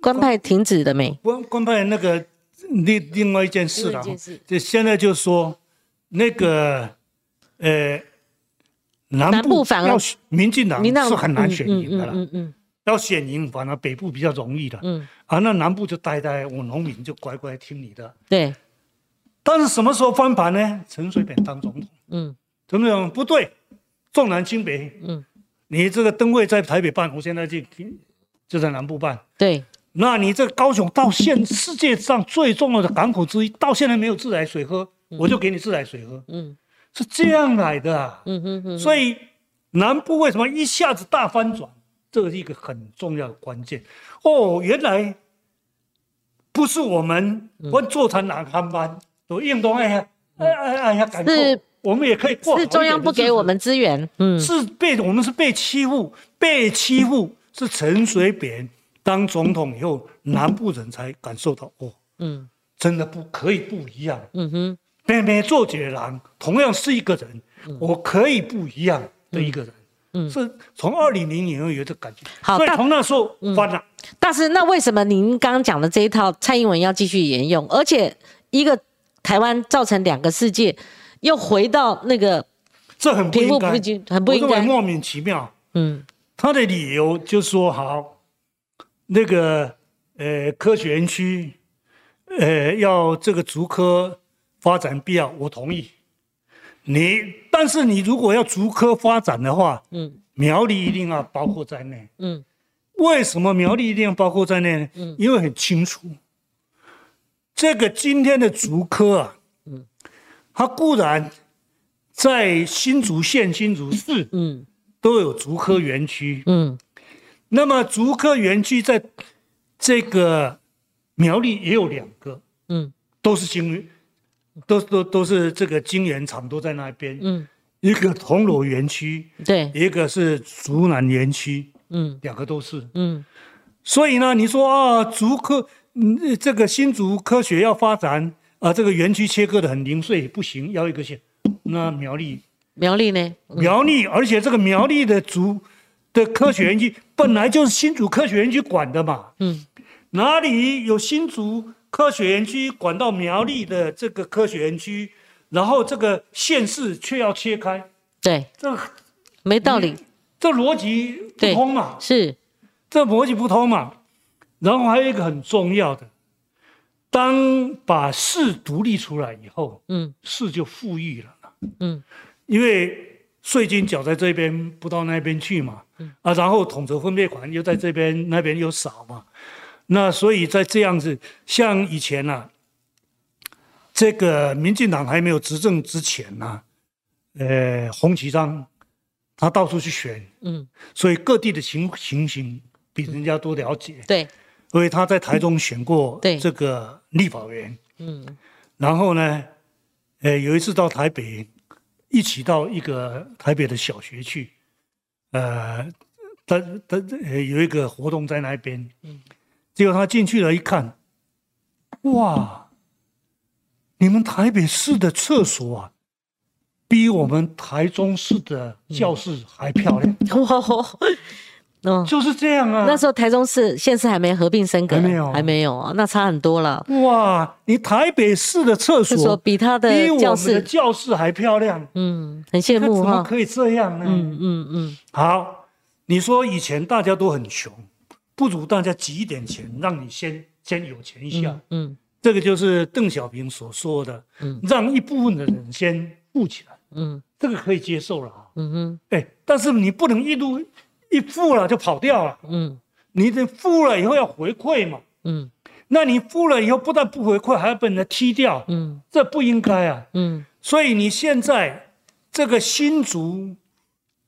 S1: 官派停止了没？
S2: 官官派那个另另外一件事了
S1: 另外一件事，
S2: 就现在就说那个呃南
S1: 南部反而
S2: 要选民进党
S1: 你那
S2: 是很难选赢的啦。
S1: 嗯嗯嗯
S2: 要选赢，反而北部比较容易的。
S1: 嗯嗯，
S2: 啊，那南部就呆呆，我农民就乖乖听你的。
S1: 对，
S2: 但是什么时候翻盘呢？陈水扁当总统，
S1: 嗯
S2: 陈水扁不对，重南轻北，
S1: 嗯，
S2: 你这个灯会在台北办，我现在就就在南部办。
S1: 对，
S2: 那你这高雄到现世界上最重要的港口之一，到现在没有自来水喝，我就给你自来水喝，
S1: 嗯
S2: 是这样来的啊。
S1: 嗯哼哼，
S2: 所以南部为什么一下子大翻转？这个是一个很重要的关键。哦，原来不是我们
S1: 嗯
S2: 我坐船南航班，我运动哎呀哎哎哎呀，感
S1: 是
S2: 觉我们也可以过好一
S1: 是
S2: 点的
S1: 中央不给我们资源，嗯
S2: 日子，是被我们是被欺负，被欺负是陈水扁当总统以后，南部人才感受到哦，
S1: 嗯
S2: 真的不可以不一样。
S1: 嗯哼，
S2: 每每做几个人，同样是一个人，我可以不一样的一个人。
S1: 嗯
S2: 是从二零零年有这感觉，
S1: 好
S2: 所以
S1: 大嗯
S2: 从那时候翻了。
S1: 大师，那为什么您刚刚讲的这一套蔡英文要继续沿用，而且一个台湾造成两个世界，又回到那个
S2: 这很不
S1: 贫
S2: 应
S1: 富不
S2: 该，
S1: 均，很不应
S2: 我认为
S1: 该，
S2: 莫名其妙。
S1: 嗯
S2: 他的理由就说好，那个呃科学园区，呃要这个竹科发展必要，我同意。你但是你如果要竹科发展的话，
S1: 嗯
S2: 苗栗一定要包括在内。
S1: 嗯
S2: 为什么苗栗一定要包括在内呢？因为很清楚，这个今天的竹科啊，
S1: 嗯
S2: 它固然在新竹县、新竹市
S1: 嗯
S2: 都有竹科园区，
S1: 嗯
S2: 那么竹科园区在这个苗栗也有两个，
S1: 嗯
S2: 都是晶，都都都是这个晶圆厂都在那边，
S1: 嗯，
S2: 一个铜锣园区，
S1: 对，
S2: 一个是竹南园区，
S1: 嗯
S2: 两个都是。
S1: 嗯
S2: 所以呢，你说啊，竹科，嗯，这个新竹科学要发展啊，这个园区切割的很零碎，不行，要一个县。那苗栗，
S1: 苗栗呢？
S2: 苗栗，而且这个苗栗的竹的科学园区本来就是新竹科学园区管的嘛，
S1: 嗯
S2: 哪里有新竹科学园区管到苗栗的这个科学园区，然后这个县市却要切开，
S1: 对，
S2: 这
S1: 没道理，
S2: 这逻辑不通嘛？
S1: 是
S2: 这逻辑不通嘛。然后还有一个很重要的，当把市独立出来以后，
S1: 嗯
S2: 市就富裕了啦
S1: 嗯
S2: 因为税金缴在这边不到那边去嘛，
S1: 嗯
S2: 啊，然后统筹分配款又在这边那边又少嘛，那所以在这样子，像以前啊，这个民进党还没有执政之前呢、啊呃，洪其章他到处去选，
S1: 嗯，
S2: 所以各地的情情形比人家多了解。
S1: 对，
S2: 所以他在台中选过
S1: 嗯对
S2: 这个立法委员，
S1: 嗯
S2: 然后呢，呃，有一次到台北，一起到一个台北的小学去，呃，他他呃有一个活动在那边，
S1: 嗯
S2: 结果他进去了，一看，哇，你们台北市的厕所啊，比我们台中市的教室还漂亮，
S1: 哇哦，嗯。
S2: 就是这样啊。
S1: 那时候台中市县市还没合并升格，
S2: 还没有
S1: 还没有啊，那差很多了。
S2: 哇，你台北市的厕
S1: 厕所
S2: 所
S1: 比他的
S2: 比我
S1: 教
S2: 们的
S1: 室，
S2: 教室还漂亮，
S1: 嗯，很羡
S2: 那
S1: 慕
S2: 怎么
S1: 哈。
S2: 可以这样呢？
S1: 嗯嗯嗯，
S2: 好，你说以前大家都很穷，不如大家挤一点钱，让你先先有钱一下。
S1: 嗯
S2: 这个就是邓小平所说的，
S1: 嗯
S2: 让一部分的人先富起来，
S1: 嗯
S2: 这个可以接受了啊。
S1: 嗯嗯
S2: 哎，但是你不能一路一富了就跑掉了，
S1: 嗯
S2: 你得富了以后要回馈嘛。
S1: 嗯
S2: 那你富了以后不但不回馈，还要被人家踢掉，
S1: 嗯
S2: 这不应该啊。
S1: 嗯
S2: 所以你现在这个新竹，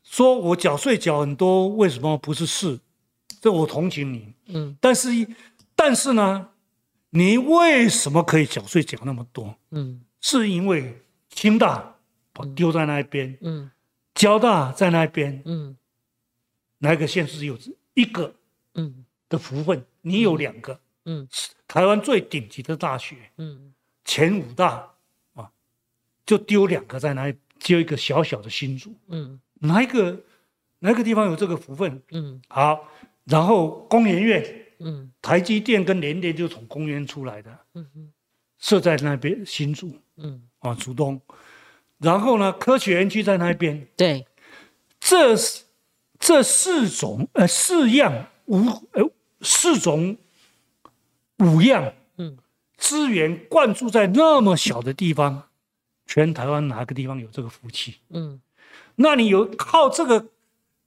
S2: 说我缴税缴很多，为什么不是市？这我同情你，
S1: 嗯
S2: 但是但是呢，你为什么可以缴税缴那么多？
S1: 嗯
S2: 是因为清大把丢在那边，
S1: 嗯
S2: 交大在那边，
S1: 嗯
S2: 哪个县市有一个
S1: 嗯
S2: 的福分？你有两个，
S1: 嗯
S2: 台湾最顶级的大学
S1: 嗯
S2: 前五大啊，就丢两个在那，丢一个小小的新竹。
S1: 嗯
S2: 哪一个哪一个地方有这个福分？
S1: 嗯
S2: 好，然后工研院、
S1: 嗯
S2: 台积电跟联电就从工研出来的，
S1: 嗯
S2: 设在那边新竹
S1: 嗯，
S2: 啊竹东，然后呢科学园区在那边，
S1: 对，
S2: 这是这四种呃四样五呃四种五样
S1: 嗯
S2: 资源灌注在那么小的地方，全台湾哪个地方有这个福气？
S1: 嗯
S2: 那你有靠这个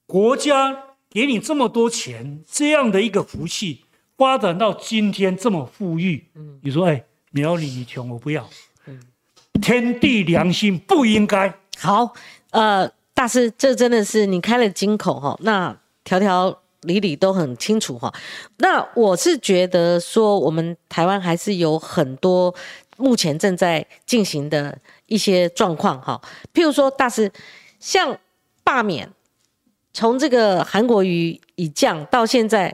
S2: 国家给你这么多钱，这样的一个福气，发展到今天这么富裕，
S1: 嗯
S2: 你说，哎，苗栗你穷，我不要
S1: 嗯，
S2: 天地良心不应该。
S1: 好，呃，大师，这真的是你开了金口哈、那条条理理都很清楚哈、那我是觉得说，我们台湾还是有很多目前正在进行的一些状况哈、譬如说，大师像罢免，从这个韩国瑜以降到现在，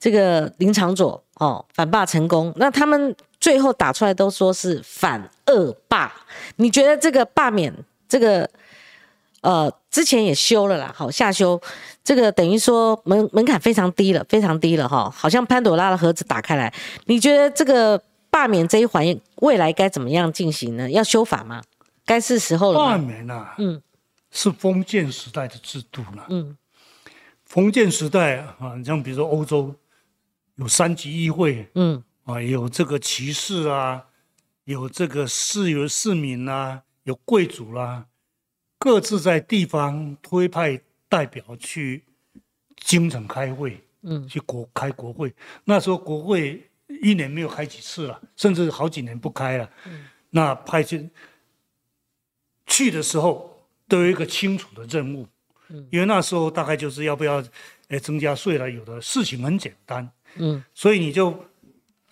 S1: 这个林长佐哦反罢成功，那他们最后打出来都说是反恶霸，你觉得这个罢免这个呃之前也修了啦，好下修，这个等于说门门槛非常低了，非常低了哈，好像潘朵拉的盒子打开来，你觉得这个罢免这一环未来该怎么样进行呢？要修法吗？该是时候了
S2: 罢
S1: 吗？
S2: 免啊，
S1: 嗯
S2: 是封建时代的制度了。
S1: 嗯
S2: 封建时代啊，你像比如说欧洲有三级议会
S1: 嗯
S2: 啊，有这个骑士啊，有这个市有市民啊，有贵族啦、各自在地方推派代表去京城开会，
S1: 嗯
S2: 去国开国会。那时候国会一年没有开几次了，甚至好几年不开了。那派去去的时候都有一个清楚的任务，因为那时候大概就是要不要呃增加税了，有的事情很简单，
S1: 嗯，
S2: 所以你就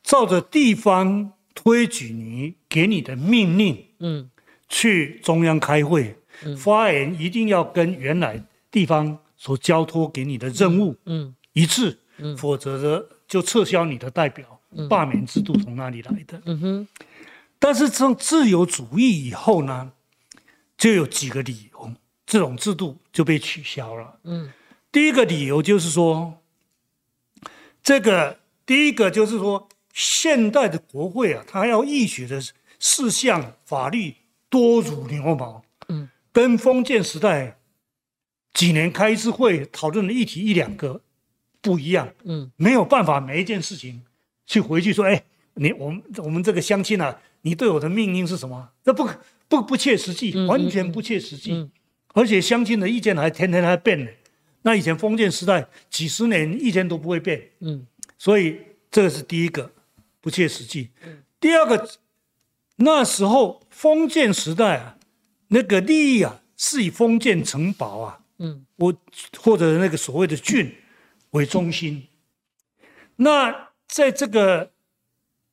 S2: 照着地方推举你给你的命令，
S1: 嗯，
S2: 去中央开会，发言一定要跟原来地方所交托给你的任务，
S1: 嗯，
S2: 一致，否则的就撤销你的代表，罢免制度从哪里来的？
S1: 嗯哼，
S2: 但是从自由主义以后呢，就有几个理由，这种制度就被取消了。
S1: 嗯，
S2: 第一个理由就是说，这个第一个就是说，现代的国会啊，它要议决的事项法律多如牛毛。
S1: 嗯，
S2: 跟封建时代几年开一次会讨论的议题一两个不一样。
S1: 嗯，
S2: 没有办法每一件事情去回去说，哎，你我们我们这个相亲啊，你对我的命令是什么？这不不不切实际，
S1: 嗯
S2: 完全不切实际。而且相亲的意见还天天还变呢。那以前封建时代几十年意见都不会变，
S1: 嗯，
S2: 所以这个是第一个不切实际。
S1: 嗯
S2: 第二个，那时候封建时代啊，那个利益啊是以封建城堡啊，
S1: 嗯，
S2: 我或者那个所谓的郡为中心。那在这个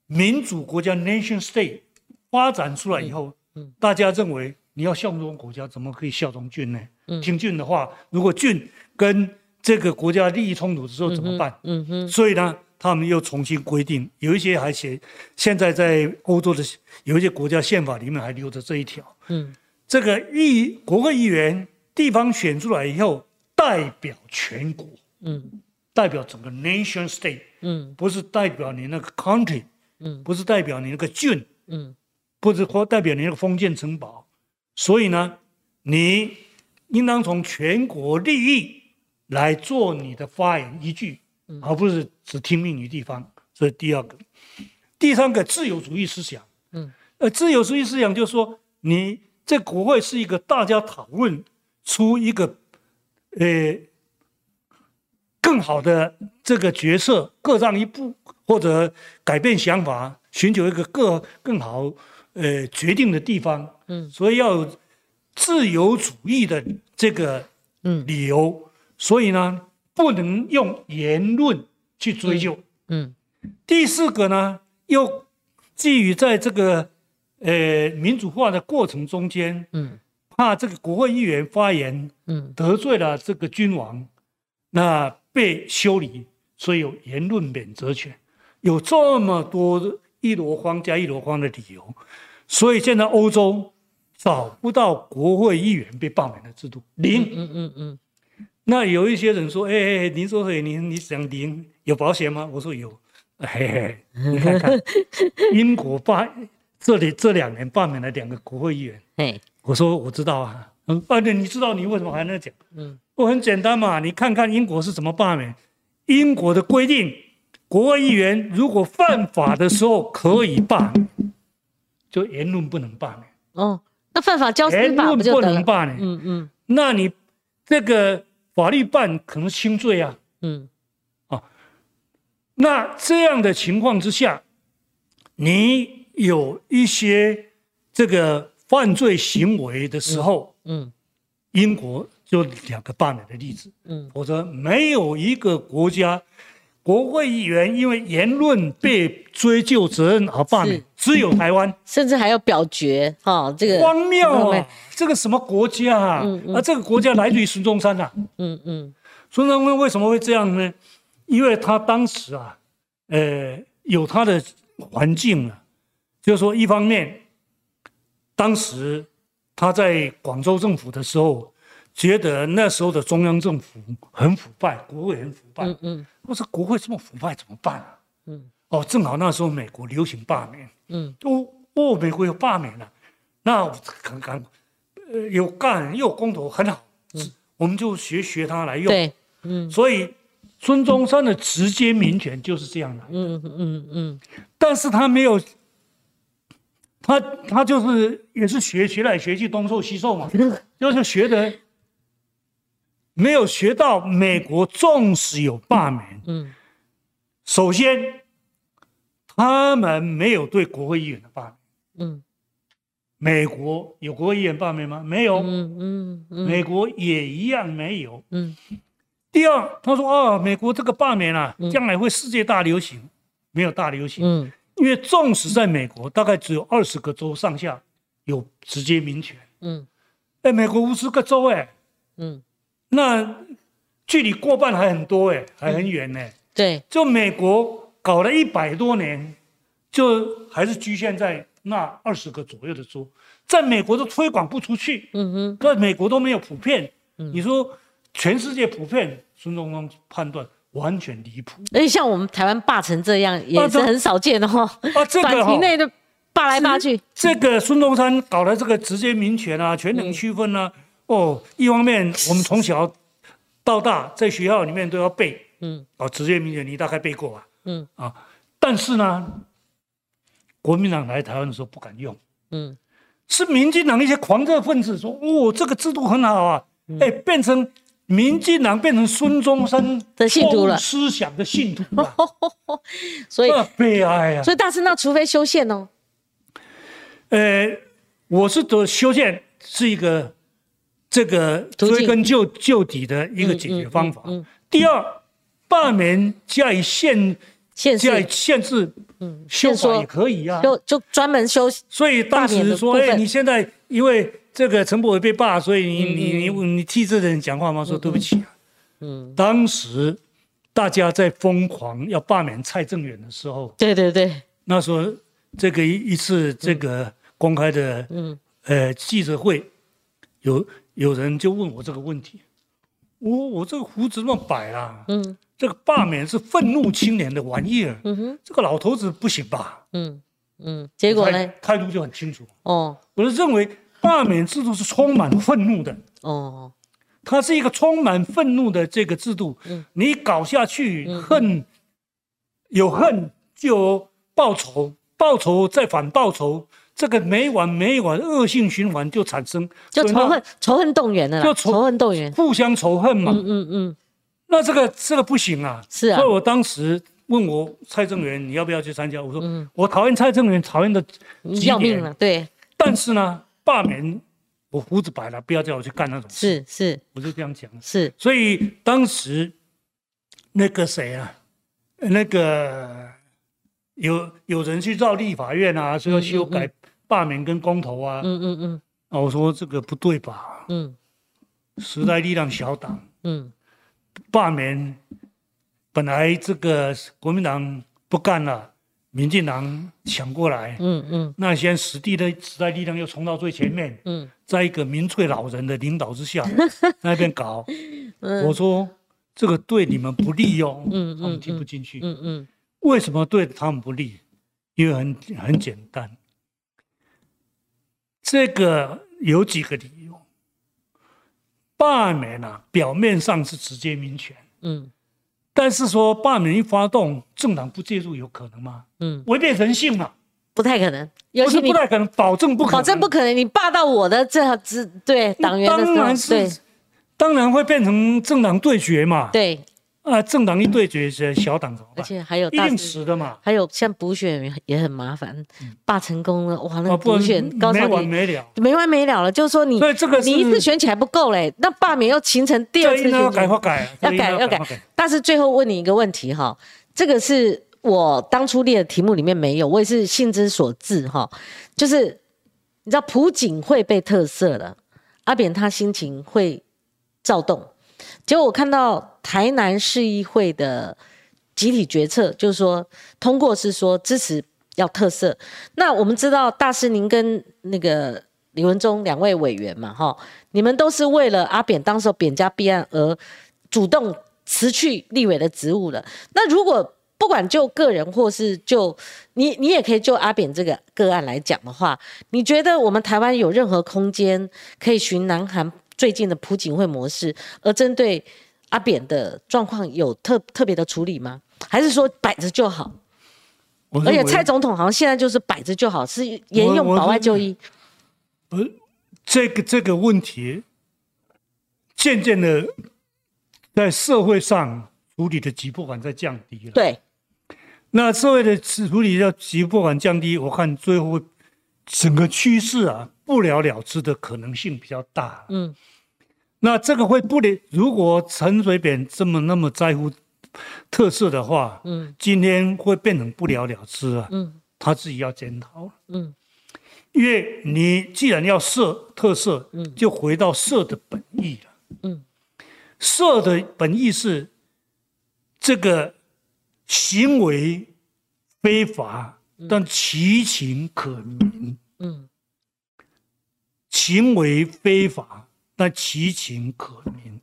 S2: 民主国家 nation state 发展出来以后，
S1: 嗯
S2: 大家认为你要效忠国家，怎么可以效忠郡呢？
S1: 嗯
S2: 听郡的话，如果郡跟这个国家利益冲突的时候怎么办？
S1: 嗯哼，
S2: 所以呢，他们又重新规定，有一些还写，现在在欧洲的有一些国家宪法里面还留着这一条。
S1: 嗯，
S2: 这个议国会议员地方选出来以后，代表全国，
S1: 嗯，
S2: 代表整个 nation state，
S1: 嗯，
S2: 不是代表你那个 country，
S1: 嗯，
S2: 不是代表你那个郡，
S1: 嗯，
S2: 不是或代表你那个封建城堡。所以呢，你应当从全国利益来做你的发言依据，
S1: 嗯
S2: 而不是只听命于地方。这是第二个，第三个自由主义思想。
S1: 嗯，
S2: 呃，自由主义思想就是说，你这国会是一个大家讨论出一个，呃，更好的这个角色，各让一步或者改变想法，寻求一个更更好呃决定的地方。
S1: 嗯，
S2: 所以要有自由主义的这个
S1: 嗯
S2: 理由，所以呢，不能用言论去追究。
S1: 嗯
S2: 第四个呢，又基于在这个呃民主化的过程中间，
S1: 嗯
S2: 怕这个国会议员发言
S1: 嗯
S2: 得罪了这个君王，那被修理，所以有言论免责权，有这么多一箩筐加一箩筐的理由，所以现在欧洲找不到国会议员被罢免的制度，零。
S1: 嗯嗯嗯
S2: 那有一些人说：“哎、哎哎，林说水，你你想零有保险吗？”我说有。嘿嘿，你看 看英国罢这里这两年罢免了两个国会议员，
S1: 嘿，
S2: 我说我知道啊，嗯，啊对，你知道你为什么还在讲？
S1: 嗯，
S2: 我很简单嘛，你看看英国是怎么罢免。英国的规定，国会议员如果犯法的时候可以罢免，就言论不能罢免，
S1: 哦，那犯法交司
S2: 言
S1: 法
S2: 论
S1: 不就
S2: 不
S1: 得
S2: 能
S1: 了？
S2: 罢免。
S1: 嗯嗯
S2: 那你这个法律办可能轻罪啊。
S1: 嗯
S2: 那这样的情况之下，你有一些这个犯罪行为的时候，
S1: 嗯
S2: 英国就两个罢免的例子，
S1: 嗯，
S2: 否则没有一个国家国会议员因为言论被追究责任而罢免
S1: 是，
S2: 只有台湾。
S1: 甚至还要表决哈、哦，这个
S2: 荒谬
S1: 没有
S2: 啊！这个什么国家啊？啊，这个国家来自于孙中山啊。
S1: 嗯嗯
S2: 孙中山为什么会这样呢？因为他当时啊，呃，有他的环境啊，就是说，一方面，当时他在广州政府的时候，觉得那时候的中央政府很腐败，国会很腐败。
S1: 嗯嗯
S2: 我说国会这么腐败怎么办啊？
S1: 嗯
S2: 哦，正好那时候美国流行罢免，
S1: 嗯
S2: 哦哦，美国有罢免了、那我赶赶，呃，有干又有公投，很好，我们就学学他来用。
S1: 嗯 对，
S2: 所以孙中山的直接民权就是这样的，
S1: 嗯嗯嗯
S2: 但是他没有，他他就是也是学学来学去，东受西受嘛，
S1: 嗯
S2: 就是学的没有学到美国，纵使有罢免，
S1: 嗯
S2: 首先他们没有对国会议员的罢免。
S1: 嗯
S2: 美国有国会议员罢免吗？没有，
S1: 嗯嗯嗯，
S2: 美国也一样没有。
S1: 嗯
S2: 第二，他说啊、美国这个罢免啊
S1: 嗯，
S2: 将来会世界大流行，没有大流行，
S1: 嗯
S2: 因为纵使在美国，大概只有二十个州上下有直接民权。
S1: 嗯
S2: 哎，美国五十个州，哎，
S1: 嗯，
S2: 那距离过半还很多，哎，还很远呢。
S1: 对，
S2: 就美国搞了一百多年，就还是局限在那二十个左右的州，在美国都推广不出去。
S1: 嗯哼，
S2: 在美国都没有普遍，
S1: 嗯
S2: 你说全世界普遍，孙中山判断完全离谱
S1: 而且像我们台湾霸成这样也
S2: 啊
S1: 是
S2: 这
S1: 很少见的哦，
S2: 啊！这
S1: 短
S2: 个
S1: 期
S2: 哈、
S1: 内的霸来霸去，
S2: 这个孙中山搞的这个直接民权啊、
S1: 嗯
S2: 权能区分啊，哦，一方面我们从小到大在学校里面都要背
S1: 嗯
S2: 哦，直接民权你大概背过啊
S1: 嗯
S2: 啊，但是呢，国民党来台湾的时候不敢用，
S1: 嗯
S2: 是民进党一些狂热分子说，哦，这个制度很好啊，
S1: 嗯
S2: 哎、变成民进党变成孙中山
S1: 的信徒了
S2: 错误思想的信徒 了，
S1: 所以
S2: 那悲哀啊
S1: 所！以大师那除非修宪哦，
S2: 呃，我是得修宪是一个这个
S1: 途径
S2: 追根究究底的一个解决方法。
S1: 嗯嗯嗯
S2: 第二，罢免加以限
S1: 宪
S2: 加以
S1: 是
S2: 限制，
S1: 嗯
S2: 修
S1: 限
S2: 法
S1: 缩
S2: 也，可以啊。
S1: 就就专门修
S2: 所以当
S1: 罢免
S2: 时
S1: 的部
S2: 说，
S1: 分
S2: 哎，你现在因为这个陈伯伟被罢，所以你、你你你替这个人讲话吗？说对不起啊。
S1: 嗯，
S2: 当时大家在疯狂要罢免蔡正元的时候，
S1: 对对对，
S2: 那时候这个一一次这个公开的
S1: 嗯
S2: 呃记者会，有有人就问我这个问题，我我这个胡子乱摆啊，
S1: 嗯
S2: 这个罢免是愤怒青年的玩意儿，
S1: 嗯哼
S2: 这个老头子不行吧？
S1: 嗯嗯，结果
S2: 态
S1: 呢？
S2: 态度就很清楚，
S1: 哦
S2: 我是认为罢免制度是充满愤怒的，
S1: 哦，
S2: 它是一个充满愤怒的这个制度，
S1: 嗯
S2: 你搞下去，恨有恨就有报仇，报仇再反报仇，这个没完没完，恶性循环就产生，
S1: 就
S2: 所以
S1: 仇
S2: 它
S1: 恨仇恨动员的啦，
S2: 就仇
S1: 仇恨动员，
S2: 互相仇恨嘛。
S1: 嗯嗯嗯，
S2: 那这个这个不行啊，
S1: 是啊
S2: 所以我当时问我蔡正元，你要不要去参加？我说、我讨厌蔡正元，讨厌的
S1: 嗯要命了，，对，
S2: 但是呢，罢免我胡子白了，不要叫我去干那种事，
S1: 是是
S2: 我就这样讲。
S1: 是，
S2: 所以当时那个谁啊，那个有有人去绕立法院啊，说要修改罢免跟公投啊。
S1: 嗯嗯嗯
S2: 啊，我说这个不对吧？
S1: 嗯
S2: 时代力量小党
S1: 嗯
S2: 罢免，本来这个国民党不干了，民进党抢过来，
S1: 嗯嗯
S2: 那现在时地的时代力量又冲到最前面。
S1: 嗯
S2: 在一个民粹老人的领导 之下，在那边搞，我说这个对你们不利哦，
S1: 嗯嗯嗯
S2: 他们听不进去。
S1: 嗯嗯，
S2: 为什么对他们不利？因为很很简单，这个有几个理由。罢免啊，表面上是直接民权，
S1: 嗯
S2: 但是说罢免一发动，政党不介入有可能吗？
S1: 嗯，
S2: 违背人性嘛，
S1: 不太可能，尤
S2: 不
S1: 其
S2: 是
S1: 你
S2: 不太可能，保证不可能，
S1: 保证不可能，你霸到我的这只对党员的
S2: 当然
S1: 时候，对
S2: 是，当然会变成政党对决嘛。
S1: 对，
S2: 啊，政党一对决，小党怎么
S1: 而
S2: 办？
S1: 且还有
S2: 一
S1: 大
S2: 定
S1: 师
S2: 死的嘛。
S1: 还有像补选也也很麻烦，罢成功了，哇，那
S2: 啊，
S1: 个
S2: 不
S1: 补选
S2: 然
S1: 高
S2: 没
S1: 潮点
S2: 完没了。
S1: 没完没了了。就是说你，
S2: 所以这个是
S1: 你一次选起还不够嘞，那罢免又形成第二
S2: 这
S1: 次
S2: 应
S1: 选举，
S2: 该要改或改，
S1: 要
S2: 这应
S1: 改
S2: 该
S1: 要改
S2: 或改。。
S1: 但是最后问你一个问题哈，这个是我当初列的题目里面没有，我也是兴之所至哈，就是你知道朴槿惠被特赦了，阿扁他心情会躁动，结果我看到台南市议会的集体决策，就是说通过是说支持要特色。那我们知道大师您跟那个李文忠两位委员嘛，哈，你们都是为了阿扁当时候扁家弊案而主动辞去立委的职务了。那如果不管就个人或是就你，你也可以就阿扁这个个案来讲的话，你觉得我们台湾有任何空间可以循南韩最近的朴槿惠模式，而针对阿扁的状况有特特别的处理吗？还是说摆着就好？
S2: 我
S1: 而且
S2: 认为
S1: 蔡总统好像现在就是摆着就好，是沿用
S2: 我我
S1: 保外就医。
S2: 呃这个这个问题，渐渐的在社会上处理的急迫感在降低了。
S1: 对，
S2: 那社会的处理要急迫感降低，我看最后整个趋势啊，不了了之的可能性比较大。
S1: 嗯，
S2: 那这个会不了，如果陈水扁这么那么在乎特色的话，
S1: 嗯
S2: 今天会变成不了了之啊。
S1: 嗯
S2: 他自己要检讨了，
S1: 嗯
S2: 因为你既然要设特色，
S1: 嗯
S2: 就回到设的本意了。
S1: 嗯，
S2: 社的本意是这个行为非法，但其情可明；
S1: 嗯
S2: 行为非法，但其情可明。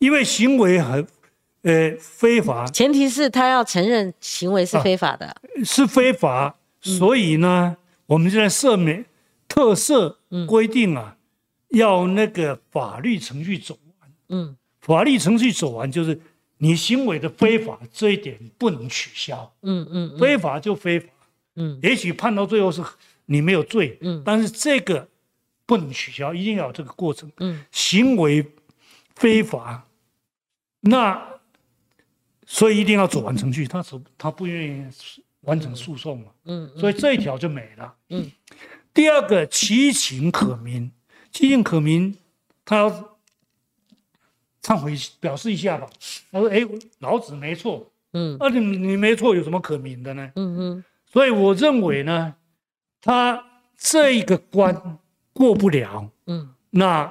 S2: 因为行为很呃非法
S1: 前提是他要承认行为是
S2: 啊
S1: 非法的。
S2: 是非法，所以呢，我们现在赦免特色
S1: 嗯
S2: 规定啊，要那个法律程序走完。
S1: 嗯
S2: 法律程序走完，就是你行为的非法这一点不能取消，
S1: 嗯嗯
S2: 非法就非法。
S1: 嗯，
S2: 也许判到最后是你没有罪，
S1: 嗯
S2: 但是这个不能取消，一定要有这个过程。
S1: 嗯，
S2: 行为非法，那所以一定要走完程序，他走他不愿意完成诉讼嘛，
S1: 嗯，
S2: 所以这一条就没了。
S1: 嗯，
S2: 第二个其情可明，其情可明，他要忏悔表示一下吧。他说：“哎，老子没错。”
S1: 嗯
S2: 那、你你没错，有什么可明的呢？
S1: 嗯嗯
S2: 所以我认为呢，他这一个关过不了，
S1: 嗯
S2: 那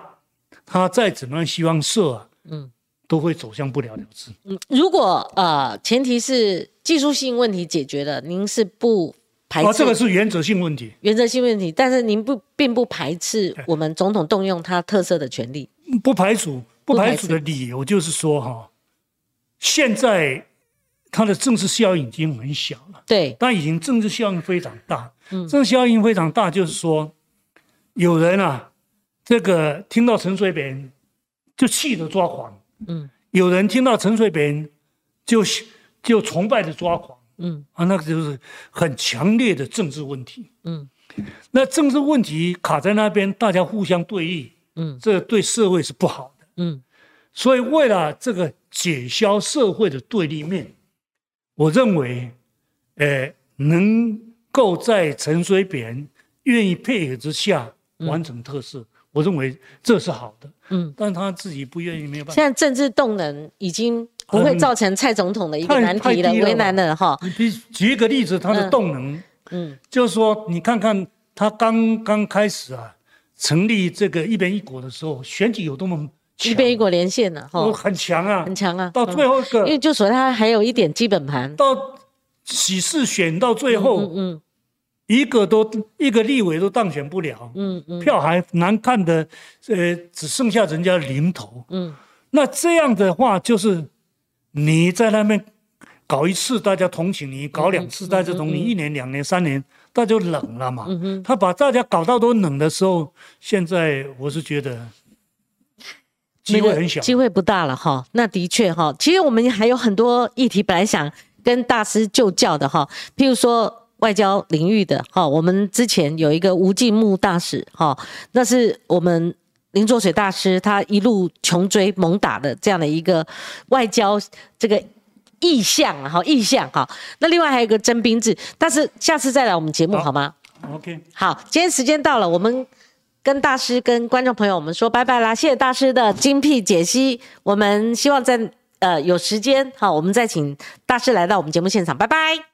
S2: 他再怎么样希望设、啊，
S1: 嗯
S2: 都会走向不了了之。
S1: 嗯。如果呃，前提是技术性问题解决了，您是不排
S2: 啊，
S1: 斥
S2: 这个是原则性问题，
S1: 原则性问题，但是您不并不排斥我们总统动用他特色的权利。
S2: 不排除不
S1: 排
S2: 排
S1: 除
S2: 除的理由就是说哈，现在它的政治效应已经很小了，
S1: 对，嗯
S2: 但已经政治效应非常大。政治效应非常大，就是说有人啊，这个听到陈水扁就气得抓狂。
S1: 嗯
S2: 有人听到陈水扁就就崇拜的抓狂
S1: 嗯
S2: 啊，那个就是很强烈的政治问题。
S1: 嗯
S2: 那政治问题卡在那边，大家互相对弈，
S1: 嗯
S2: 这对社会是不好的。
S1: 嗯
S2: 所以为了这个解消社会的对立面，我认为，呃，能够在陈水扁愿意配合之下完成特色，我认为这是好的。
S1: 嗯。
S2: 但他自己不愿意，没有办法。
S1: 现在政治动能已经不会造成蔡总统的一个难题了，
S2: 太太低了吧
S1: 为难了哈。
S2: 你比举一个例子，它的动能，
S1: 嗯
S2: 就是说，你看看它刚刚开始啊，成立这个一边一国的时候，选举有多么强
S1: 一边一国连线了
S2: 哦
S1: 哈，
S2: 很强啊，
S1: 很强啊。
S2: 到最后一个、
S1: 嗯，因为就说他还有一点基本盘。
S2: 到喜事选到最后，
S1: 嗯
S2: 一个都一个立委都当选不了，
S1: 嗯嗯
S2: 票还难看的，呃，只剩下人家零头。
S1: 嗯
S2: 那这样的话，就是你在那边搞一次，大家同情你；搞两次，大家同情你；
S1: 嗯
S2: 一年、两年、三年，大家就冷了嘛。他把大家搞到都冷的时候，现在我是觉得机会很小。
S1: 机会不大了哈。那的确哈，其实我们还有很多议题本来想跟大师就教的哈，譬如说。外交领域的哈，我们之前有一个吴敬木大使哈，那是我们林作水大师他一路穷追猛打的这样的一个外交这个意向啊哈意向哈。那另外还有一个征兵制，但是下次再来我们节目
S2: 好
S1: 好吗？
S2: OK，
S1: 好，今天时间到了，我们跟大师、跟观众朋友们说拜拜啦！谢谢大师的精辟解析，我们希望在呃有时间好，我们再请大师来到我们节目现场，拜拜。